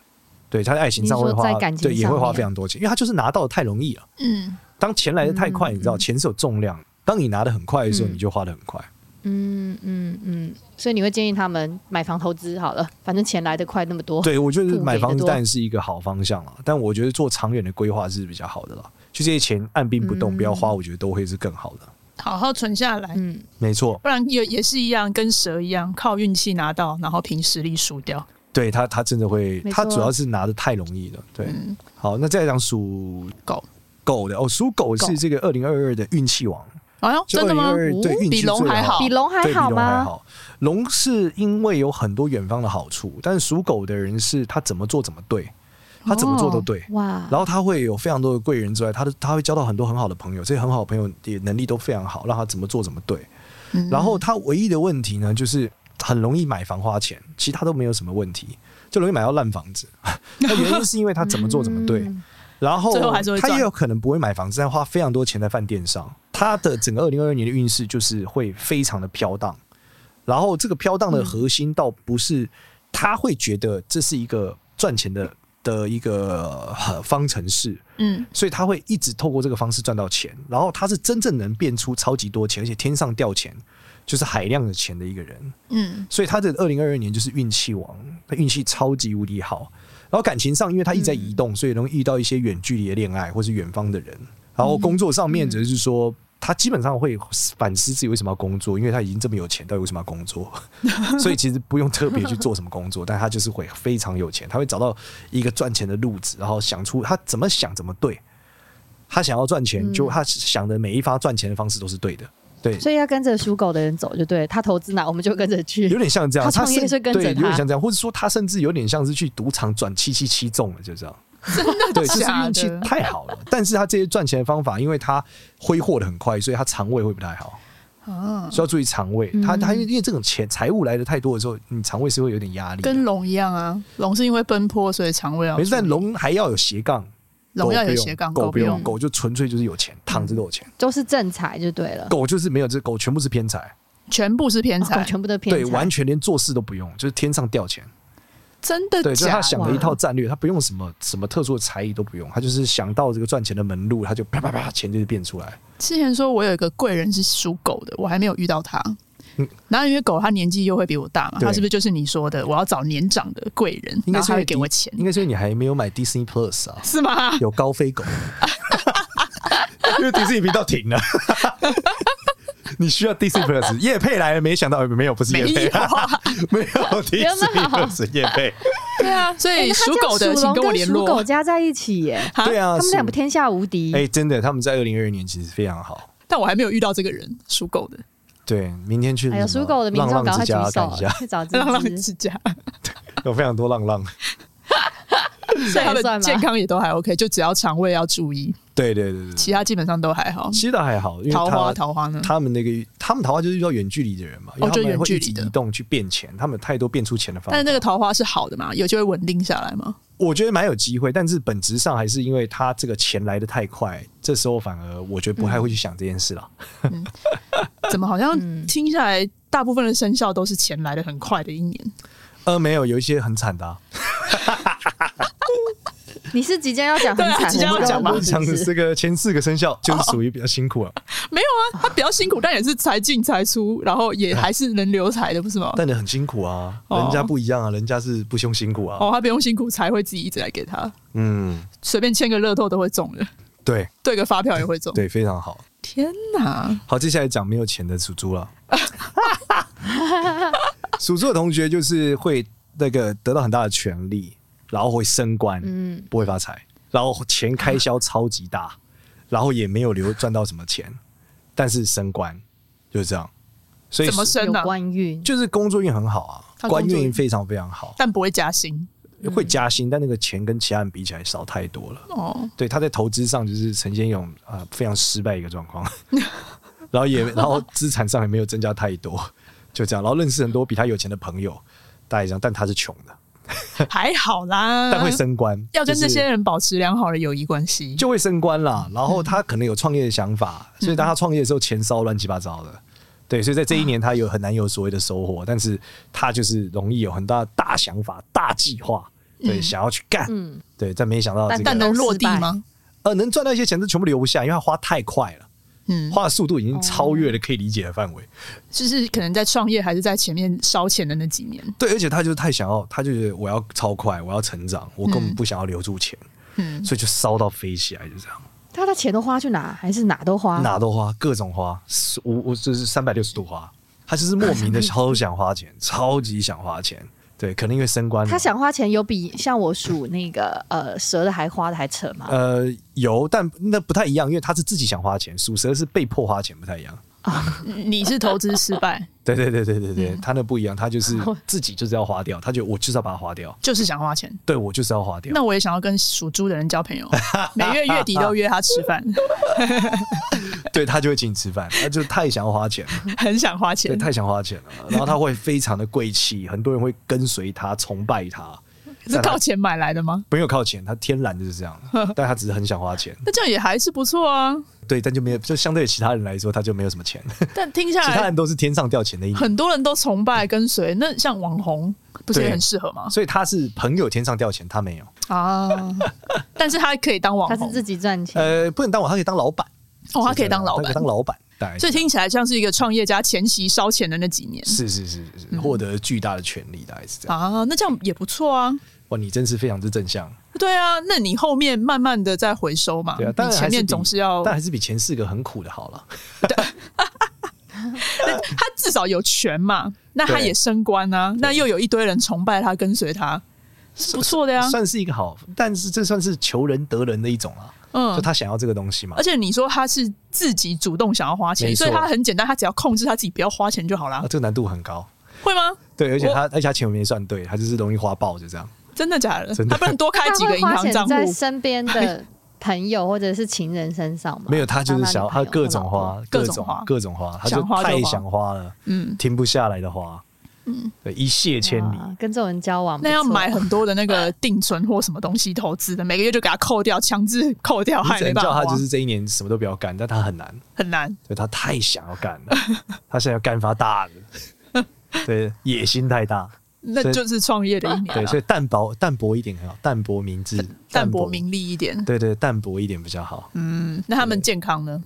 C: 对，他在爱情上会
D: 你是说
C: 花
D: 在，感情
C: 对，也会
D: 上
C: 花
D: 面
C: 非常多钱，因为他就是拿到的太容易了。
A: 嗯
C: 当钱来的太快，
D: 嗯
C: 你知道钱是有重量，当你拿的很快的时候，
D: 嗯
C: 你就花的很快。
D: 嗯嗯嗯，所以你会建议他们买房投资好了，反正钱来得快那么多。，
C: 对，我觉
D: 父
C: 得
D: 母哦给
C: 买
D: 的
C: 房子
D: 多
C: 当然是一个好方向了，但我觉得做长远的规划是比较好的啦。就这些钱按兵不动，不要花，我觉得都会是更好的。
A: 好好存下来，
D: 嗯，
C: 没错，
A: 不然也也是一样，跟蛇一样，靠运气拿到，然后凭实力输掉。
C: 对他，他真的会，
D: 没
C: 他
D: 错嗯
C: 主要是拿的太容易了。对，好，那再来讲属
A: 狗，
C: 狗的哦，属狗
A: 狗
C: 是这个二零二二的运气王。
A: 哎呦，
C: 就
A: 真的吗？
C: 2022对运气
A: 比
C: 最
A: 龙还
C: 好
A: 好，
D: 比龙还
C: 对比
D: 好
C: 龙还
D: 吗？
C: 好，龙是因为有很多远方的好处，但是属狗的人是他怎么做怎么对，他怎么做都
D: 哦
C: 对。
D: 哇，
C: 然后他会有非常多的贵人之外，他的他会交到很多很好的朋友，这些很好的朋友也能力都非常好，让他怎么做怎么对。
A: 嗯
C: 然后他唯一的问题呢，就是很容易买房花钱，其 他都没有什么问题，就容易买到烂房子。那原因是因为他怎么做怎么对，
D: 嗯
C: 然后
A: 最后还是会
C: 他
A: 赚
C: 也有可能不会买房子，但花非常多钱在饭店上。他的整个二零二二年的运势就是会非常的飘荡，然后这个飘荡的核心倒不是他会觉得这是一个赚钱的的一个呃方程式，
A: 嗯，
C: 所以他会一直透过这个方式赚到钱，然后他是真正能变出超级多钱，而且天上掉钱，就是海量的钱的一个人。
A: 嗯，
C: 所以他的二零二二年就是运气王，他运气超级无敌好。然后感情上，因为他一直在移动，所以容易遇到一些远距离的恋爱或是远方的人。然后工作上面，只是说、他基本上会反思自己为什么要工作，因为他已经这么有钱，到底为什么要工作？所以其实不用特别去做什么工作，但他就是会非常有钱，他会找到一个赚钱的路子，然后想出他怎么想怎么对。他想要赚钱，就他想的每一发赚钱的方式都是对的，对，
D: 所以要跟着属狗的人走就对了，他投资哪我们就跟着去
C: 有。点像这样，
D: 他创业
C: 甚
D: 是跟着
C: 对，有
D: 他
C: 点像这样，或者说他甚至有点像是去赌场转七七七中了，就这样。对，就是
A: 假的
C: 运气太好了，但是他这些赚钱的方法，因为他挥霍的很快，所以他肠胃会不太好，
A: 啊，
C: 需要注意肠胃。他他因为因为这种钱财务来的太多的时候，你肠胃是会有点压力
A: 嗯
C: 的。
A: 跟龙一样啊，龙是因为奔波，所以肠胃要
C: 没事，但龙还要有斜杠，
A: 龙要
C: 狗不
A: 有
C: 用
A: 斜杠，
C: 狗
A: 不
C: 用，狗就纯粹就是有钱，躺着都有钱。
D: 都是正财就对了，
C: 狗就是没有这狗全部是偏财，
A: 全部是偏
D: 哦
A: 财，
D: 全部都偏
C: 对，
D: 财
C: 完全连做事都不用，就是天上掉钱。
A: 真的
C: 对，就是
A: 假
C: 他
A: 的？
C: 想了一套战略，他不用什么什么特殊的才艺都不用，他就是想到这个赚钱的门路，他就啪啪啪，钱就是变出来。
A: 之前说我有一个贵人是属狗的，我还没有遇到他。
C: 嗯
A: 然后因为狗它年纪又会比我大嘛，
C: 对
A: 它是不是就是你说的我要找年长的贵人，
C: 应该
A: 然
C: 是
A: 后他
C: 因为
A: 会给
C: 迪
A: 我钱，
C: 应该是因为你还没有买 Disney Plus 啊，
A: 是吗？
C: 有高飞狗， 因为迪士尼频道停了。 你需要 Disney Plus 叶配来了，没想到没有，不是
A: 没
C: 叶配
A: 有， 啊，
C: 没有 Disney
D: 原本
C: Plus 叶配，
A: 对啊，所
D: 哎
A: 以
D: 那他
A: 属
D: 这样
A: 狗的
D: 属
A: 请
D: 龙
A: 跟我
D: 跟
A: 联
D: 属狗
A: 络。
D: 加在一起耶，
A: 啊
C: 对啊，
D: 他们俩
C: 是
D: 不天下无敌。
C: 哎，真的，他们在二零二二年其实非常好。
A: 但我还没有遇到这个人，属狗的
C: 对，明天去
D: 哎呀，
C: 什么
D: 属狗的民
C: 浪
D: 众
C: 浪
D: 赶快
C: 之
D: 举
C: 家看
D: 手
C: 一下，
D: 去找芝
A: 浪浪
D: 芝，
A: 之家，
C: 有非常多浪浪。
A: 所以他
D: 也
A: 的
D: 算
A: 健
D: 吗？
A: 康也都还 OK，就只要肠胃要注意，
C: 对对对对对，
A: 其他基本上都还好。
C: 其实倒还好，嗯因为
A: 桃花，
C: 他
A: 桃花呢？
C: 他们那个他们桃花就是遇到远距离的人嘛，因为
A: 哦
C: 他
A: 就
C: 们
A: 远
C: 会
A: 距
C: 一
A: 离
C: 直
A: 的
C: 移动去变钱，他们有太多变出钱的方法。
A: 但是那个桃花是好的嘛？有机会稳定下来吗？
C: 我觉得蛮有机会，但是本质上还是因为他这个钱来的太快，这时候反而我觉得不太会去想这件事
A: 嗯
C: 了。
A: 怎么好像
D: 嗯
A: 听下来，大部分的生肖都是钱来的很快的一年？
C: 呃，没有，有一些很惨的、啊，
D: 你是即将要讲很
A: 对啊
D: 惨，
A: 即将要讲吧
D: 我
C: 我
D: 们
C: 讲
D: 刚
C: 的
D: 刚不是
C: 这个前四个生
A: 哦
C: 肖就是属于比较辛苦了、
A: 没有啊， 他比较辛苦，但也是才进才出，然后也还是能留财的，不是吗？
C: 但你很辛苦啊，
A: 哦
C: 人家不一样啊，人家是不凶辛苦啊，
A: 哦，他不用辛苦才会自己一直来给他，
C: 嗯，
A: 随便签个乐透都会中的，
C: 对
A: 对个发票也会中。
C: 对，非常好。
A: 天哪，
C: 好，接下来讲没有钱的属猪了。 属猪的同学就是会那个得到很大的权利，然后会升官，
D: 嗯
C: 不会发财，然后钱开销超 级大，然后也没有留赚到什么钱，但是升官就是这样。所以
A: 怎么啊升
D: 有
A: 呢、
D: 官运，
C: 就是工作运很好啊，
A: 他
C: 官
A: 工作运嗯
C: 运非常非常好，
A: 但不会加薪
C: 会加薪，但那个钱跟其他人比起来少太多了。
A: 哦。
C: 对，他在投资上就是呈现一种啊、呃非常失败一个状况， 然 后也然后资产上也没有增加太多，就这样，然后认识很多比他有钱的朋友，大家也这样，但他是穷的，
A: 还好啦，
C: 但会升官，
A: 嗯要跟
C: 就
A: 这
C: 是
A: 些人嗯保持良好的友谊关系。
C: 就会升官啦。然后他可能有创业的想法，
A: 嗯
C: 所以当他创业的时候，钱烧乱七八糟的。对，所以在这一年他有很难有所谓的收获，但是他就是容易有很大的大想法、大计划，对，想要去干，
D: 嗯，
C: 对，但没想到这
D: 但
A: 但
C: 个
A: 能落地吗？
C: 呃能赚到一些钱，这全部留不下，因为他花太快了。
A: 嗯，
C: 花的速度已经超越了可以理解的范围。
A: 就是可能在创业还是在前面烧钱的那几年。
C: 对，而且他就是太想要，他就觉得我要超快，我要成长，我根本
A: 嗯
C: 不想要留住钱，
A: 嗯，
C: 所以就烧到飞起来，就这样，
D: 他的钱都花去哪？还是哪都花？
C: 哪都花，各种花，是我我就是三百六十度花。他就是莫名的超想花钱，超级想花钱。对，可能因为升官了，
D: 他想花钱有比像我数那个呃蛇的还花的还扯吗？
C: 呃有，但那不太一样，因为他是自己想花钱，属蛇是被迫花钱，不太一样。
A: 你是投资失败，
C: 对对对对对对，他那不一样，他就是自己就是要花掉，他觉得我就是要把它花掉，
A: 就是想 花钱。
C: 对我就是要花 掉。
A: 那我也想要跟属猪的人交朋友，每月月底都约他吃饭，
C: 对他就会请你吃饭，他就太想要花钱了，
A: 很想花
C: 对，
A: 钱。
C: 太想花钱了。然后他会非常的贵气，很多人会跟随他、崇拜他，
A: 是靠钱买来的吗？
C: 没有靠钱，他天然就是 这样，但他只是很想花钱。
A: 那这样也还是不错啊。
C: 对，但就没有，就相对于其他人来说，他就没有什么钱。
A: 但听下
C: 其他
A: 来，
C: 人都是天上掉钱的一年，
A: 很多人都崇拜跟随。那像网红不是也
C: 对
A: 很适合吗？
C: 所以他是朋友天上掉钱，他没有。
A: 啊， 但是他可以当网
D: 他
A: 红，
D: 是自己赚钱，
C: 呃，不能当我，他可以当老板。
A: 哎哦，他可以当老
C: 他可
A: 板
C: 以。当老板，大概是
A: 所以听起来像是一个创业家前期烧钱的那几年
C: 是是是是
A: 嗯
C: 是，获得巨大的权利，大概是这样。
A: 啊，那这样也不错啊。
C: 哇，你真是非常之正向，
A: 对啊，那你后面慢慢的再回收嘛，
C: 对啊，当
A: 你
C: 然还
A: 前
C: 是
A: 面
C: 比
A: 总是要，
C: 但还是比前四个很苦的好了。
A: 他至少有权嘛，那他
C: 对
A: 也升官啊，那又有一堆人崇拜他、跟随他，是不错的呀、
C: 算是一个好，但是这算是求人得人的一种啊。就
A: 嗯，
C: 他想要这个东西嘛
A: 而，且你说他是自己主动想要花钱，
C: 没错
A: 所以他很简单，他只要控制他自己不要花钱就好啦
C: 啊，，这个难度很高。
A: 会吗？
C: 对，而且
A: 我
C: 他而且他钱没算对，他就是容易花爆，就这样。
A: 真的假的？
C: 真的
A: 他不能多开
D: 他
A: 几个
D: 会
A: 银
D: 花
A: 行
D: 钱
A: 账户
D: 在？身 边的朋友或者是情人身上吗？
C: 没有，他就是想要他
D: 当
C: 各
D: 女朋
C: 种
D: 友
C: 花，
A: 各
C: 各
A: 种花
C: 各种花，他就
A: 想花就
C: 太
A: 花
C: 想花了，
A: 嗯，
C: 停不下来的花。嗯，对，一
A: 啊
C: 泻千里。
A: 哦
D: 哇啊跟这种人交往不错，
A: 那要买很多的那个定存或什么东西投资的，每个月就给他扣掉，强制扣掉，
C: 你
A: 他也
C: 只
A: 没
C: 能
A: 办
C: 叫
A: 法
C: 他
A: 花，
C: 就是这一年什么都不要干，但他很难，
A: 很难。
C: 对他太想要干了，他现在要干发大了，对，野心 太大，
A: 那
C: 所以
A: 就是创业的一年
C: 对，
A: 了
C: 所，以淡薄淡薄一点很好，淡薄明智，
A: 啊淡泊，名利一点。
C: 对对，淡薄一点比较好。
A: 嗯，那他们健康呢？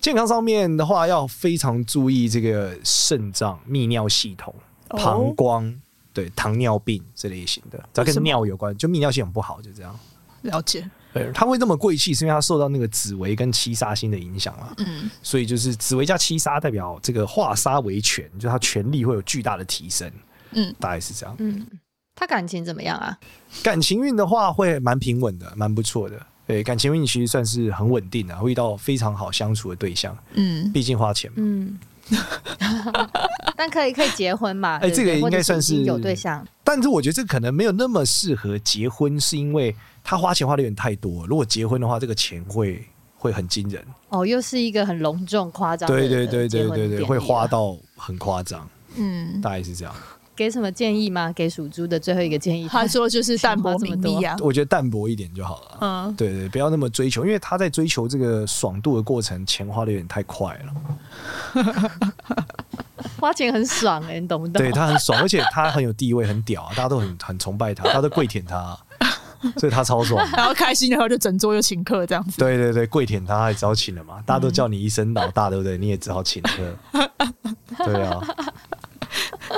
C: 健康上面的话，要非常注意这个肾脏、泌尿系统、
A: 哦
C: 膀胱，对糖尿病这类型的，只要
A: 为什
C: 跟
A: 么
C: 尿有关，就泌尿系统不好，就这样。
A: 了解，
C: 对，它会那么贵气，是因为它受到那个紫薇跟七杀星的影响嘛。嗯，所以就是紫薇加七杀代表这个化杀为权，就它权力会有巨大的提升。
A: 嗯，
C: 大概是这样。
D: 嗯，他感情怎么样啊？
C: 感情运的话，会蛮平稳的，蛮不错的。对，感情运其实算是很稳定的，会遇到非常好相处的对象。
A: 嗯，
C: 毕竟花钱嘛。
D: 嗯， 但可以可以结婚嘛？
C: 哎
D: 对不
C: 这
D: 对
C: 个应该
D: 或者
C: 算是
D: 已经有对象，
C: 但是我觉得这可能没有那么适合结婚，是因为他花钱花的有点太多。如果结婚的话，这个钱会会很惊人。
D: 哦，又是一个很隆重夸张的呃
C: 对对对
D: 结
C: 对
D: 婚
C: 对对，
D: 典礼啊
C: 会花
D: 了
C: 到很夸张，
A: 嗯，
C: 大概是这样。
D: 给什么建议吗？给属猪的最后一个建议，
A: 他说就是淡泊名利啊，
C: 我觉得淡薄一点就好了。
A: 嗯，
C: 对对，不要那么追求，因为他在追求这个爽度的过程，钱花的有点太快了。
D: 花钱很爽哎、你懂不懂？
C: 对他很爽，而且他很有地位，很屌啊，大家都很很崇拜他，大家都跪舔他，所以他超爽。
A: 然后开心的话就整桌又请客这样子，
C: 对对对，跪舔他还只好请了嘛，大家都叫你一声老大，对不对？你也只好请了。对啊，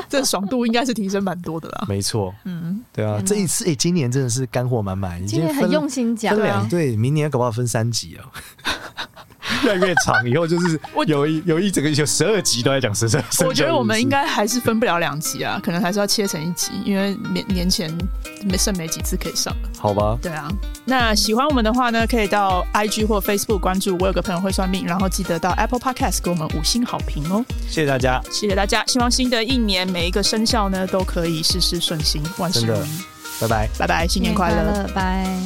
A: 这爽度应该是提升蛮多的啦。
C: 没错，
A: 嗯，
C: 对啊，这一次诶，今年真的是干货满满，已
D: 今
C: 经
D: 年很
C: 分
D: 用心讲
C: 分
A: 对啊
C: 两对，明年搞不好分三集哦， 越来越长，以后就是
A: 我
C: 有一有一整个有十二集都在讲生生。
A: 我觉得我们应
C: 生
A: 该还是分不了两集啊，可能还是要切成一集，因为年年前没剩没几次可以上了。
C: 教育好吧，
A: 对啊，那喜欢我们的话呢，可以到 IG 或 Facebook 关注我有个朋友会算命，然后记得到 Apple Podcast 给我们五星好评哦。
C: 谢谢大家，
A: 谢谢大家，希望新的一年每一个生肖呢都可以事事顺心，万事
C: 真
A: 如
C: 的
A: 意。
C: 拜拜。
A: 拜拜，新年快乐！
D: 乐，拜。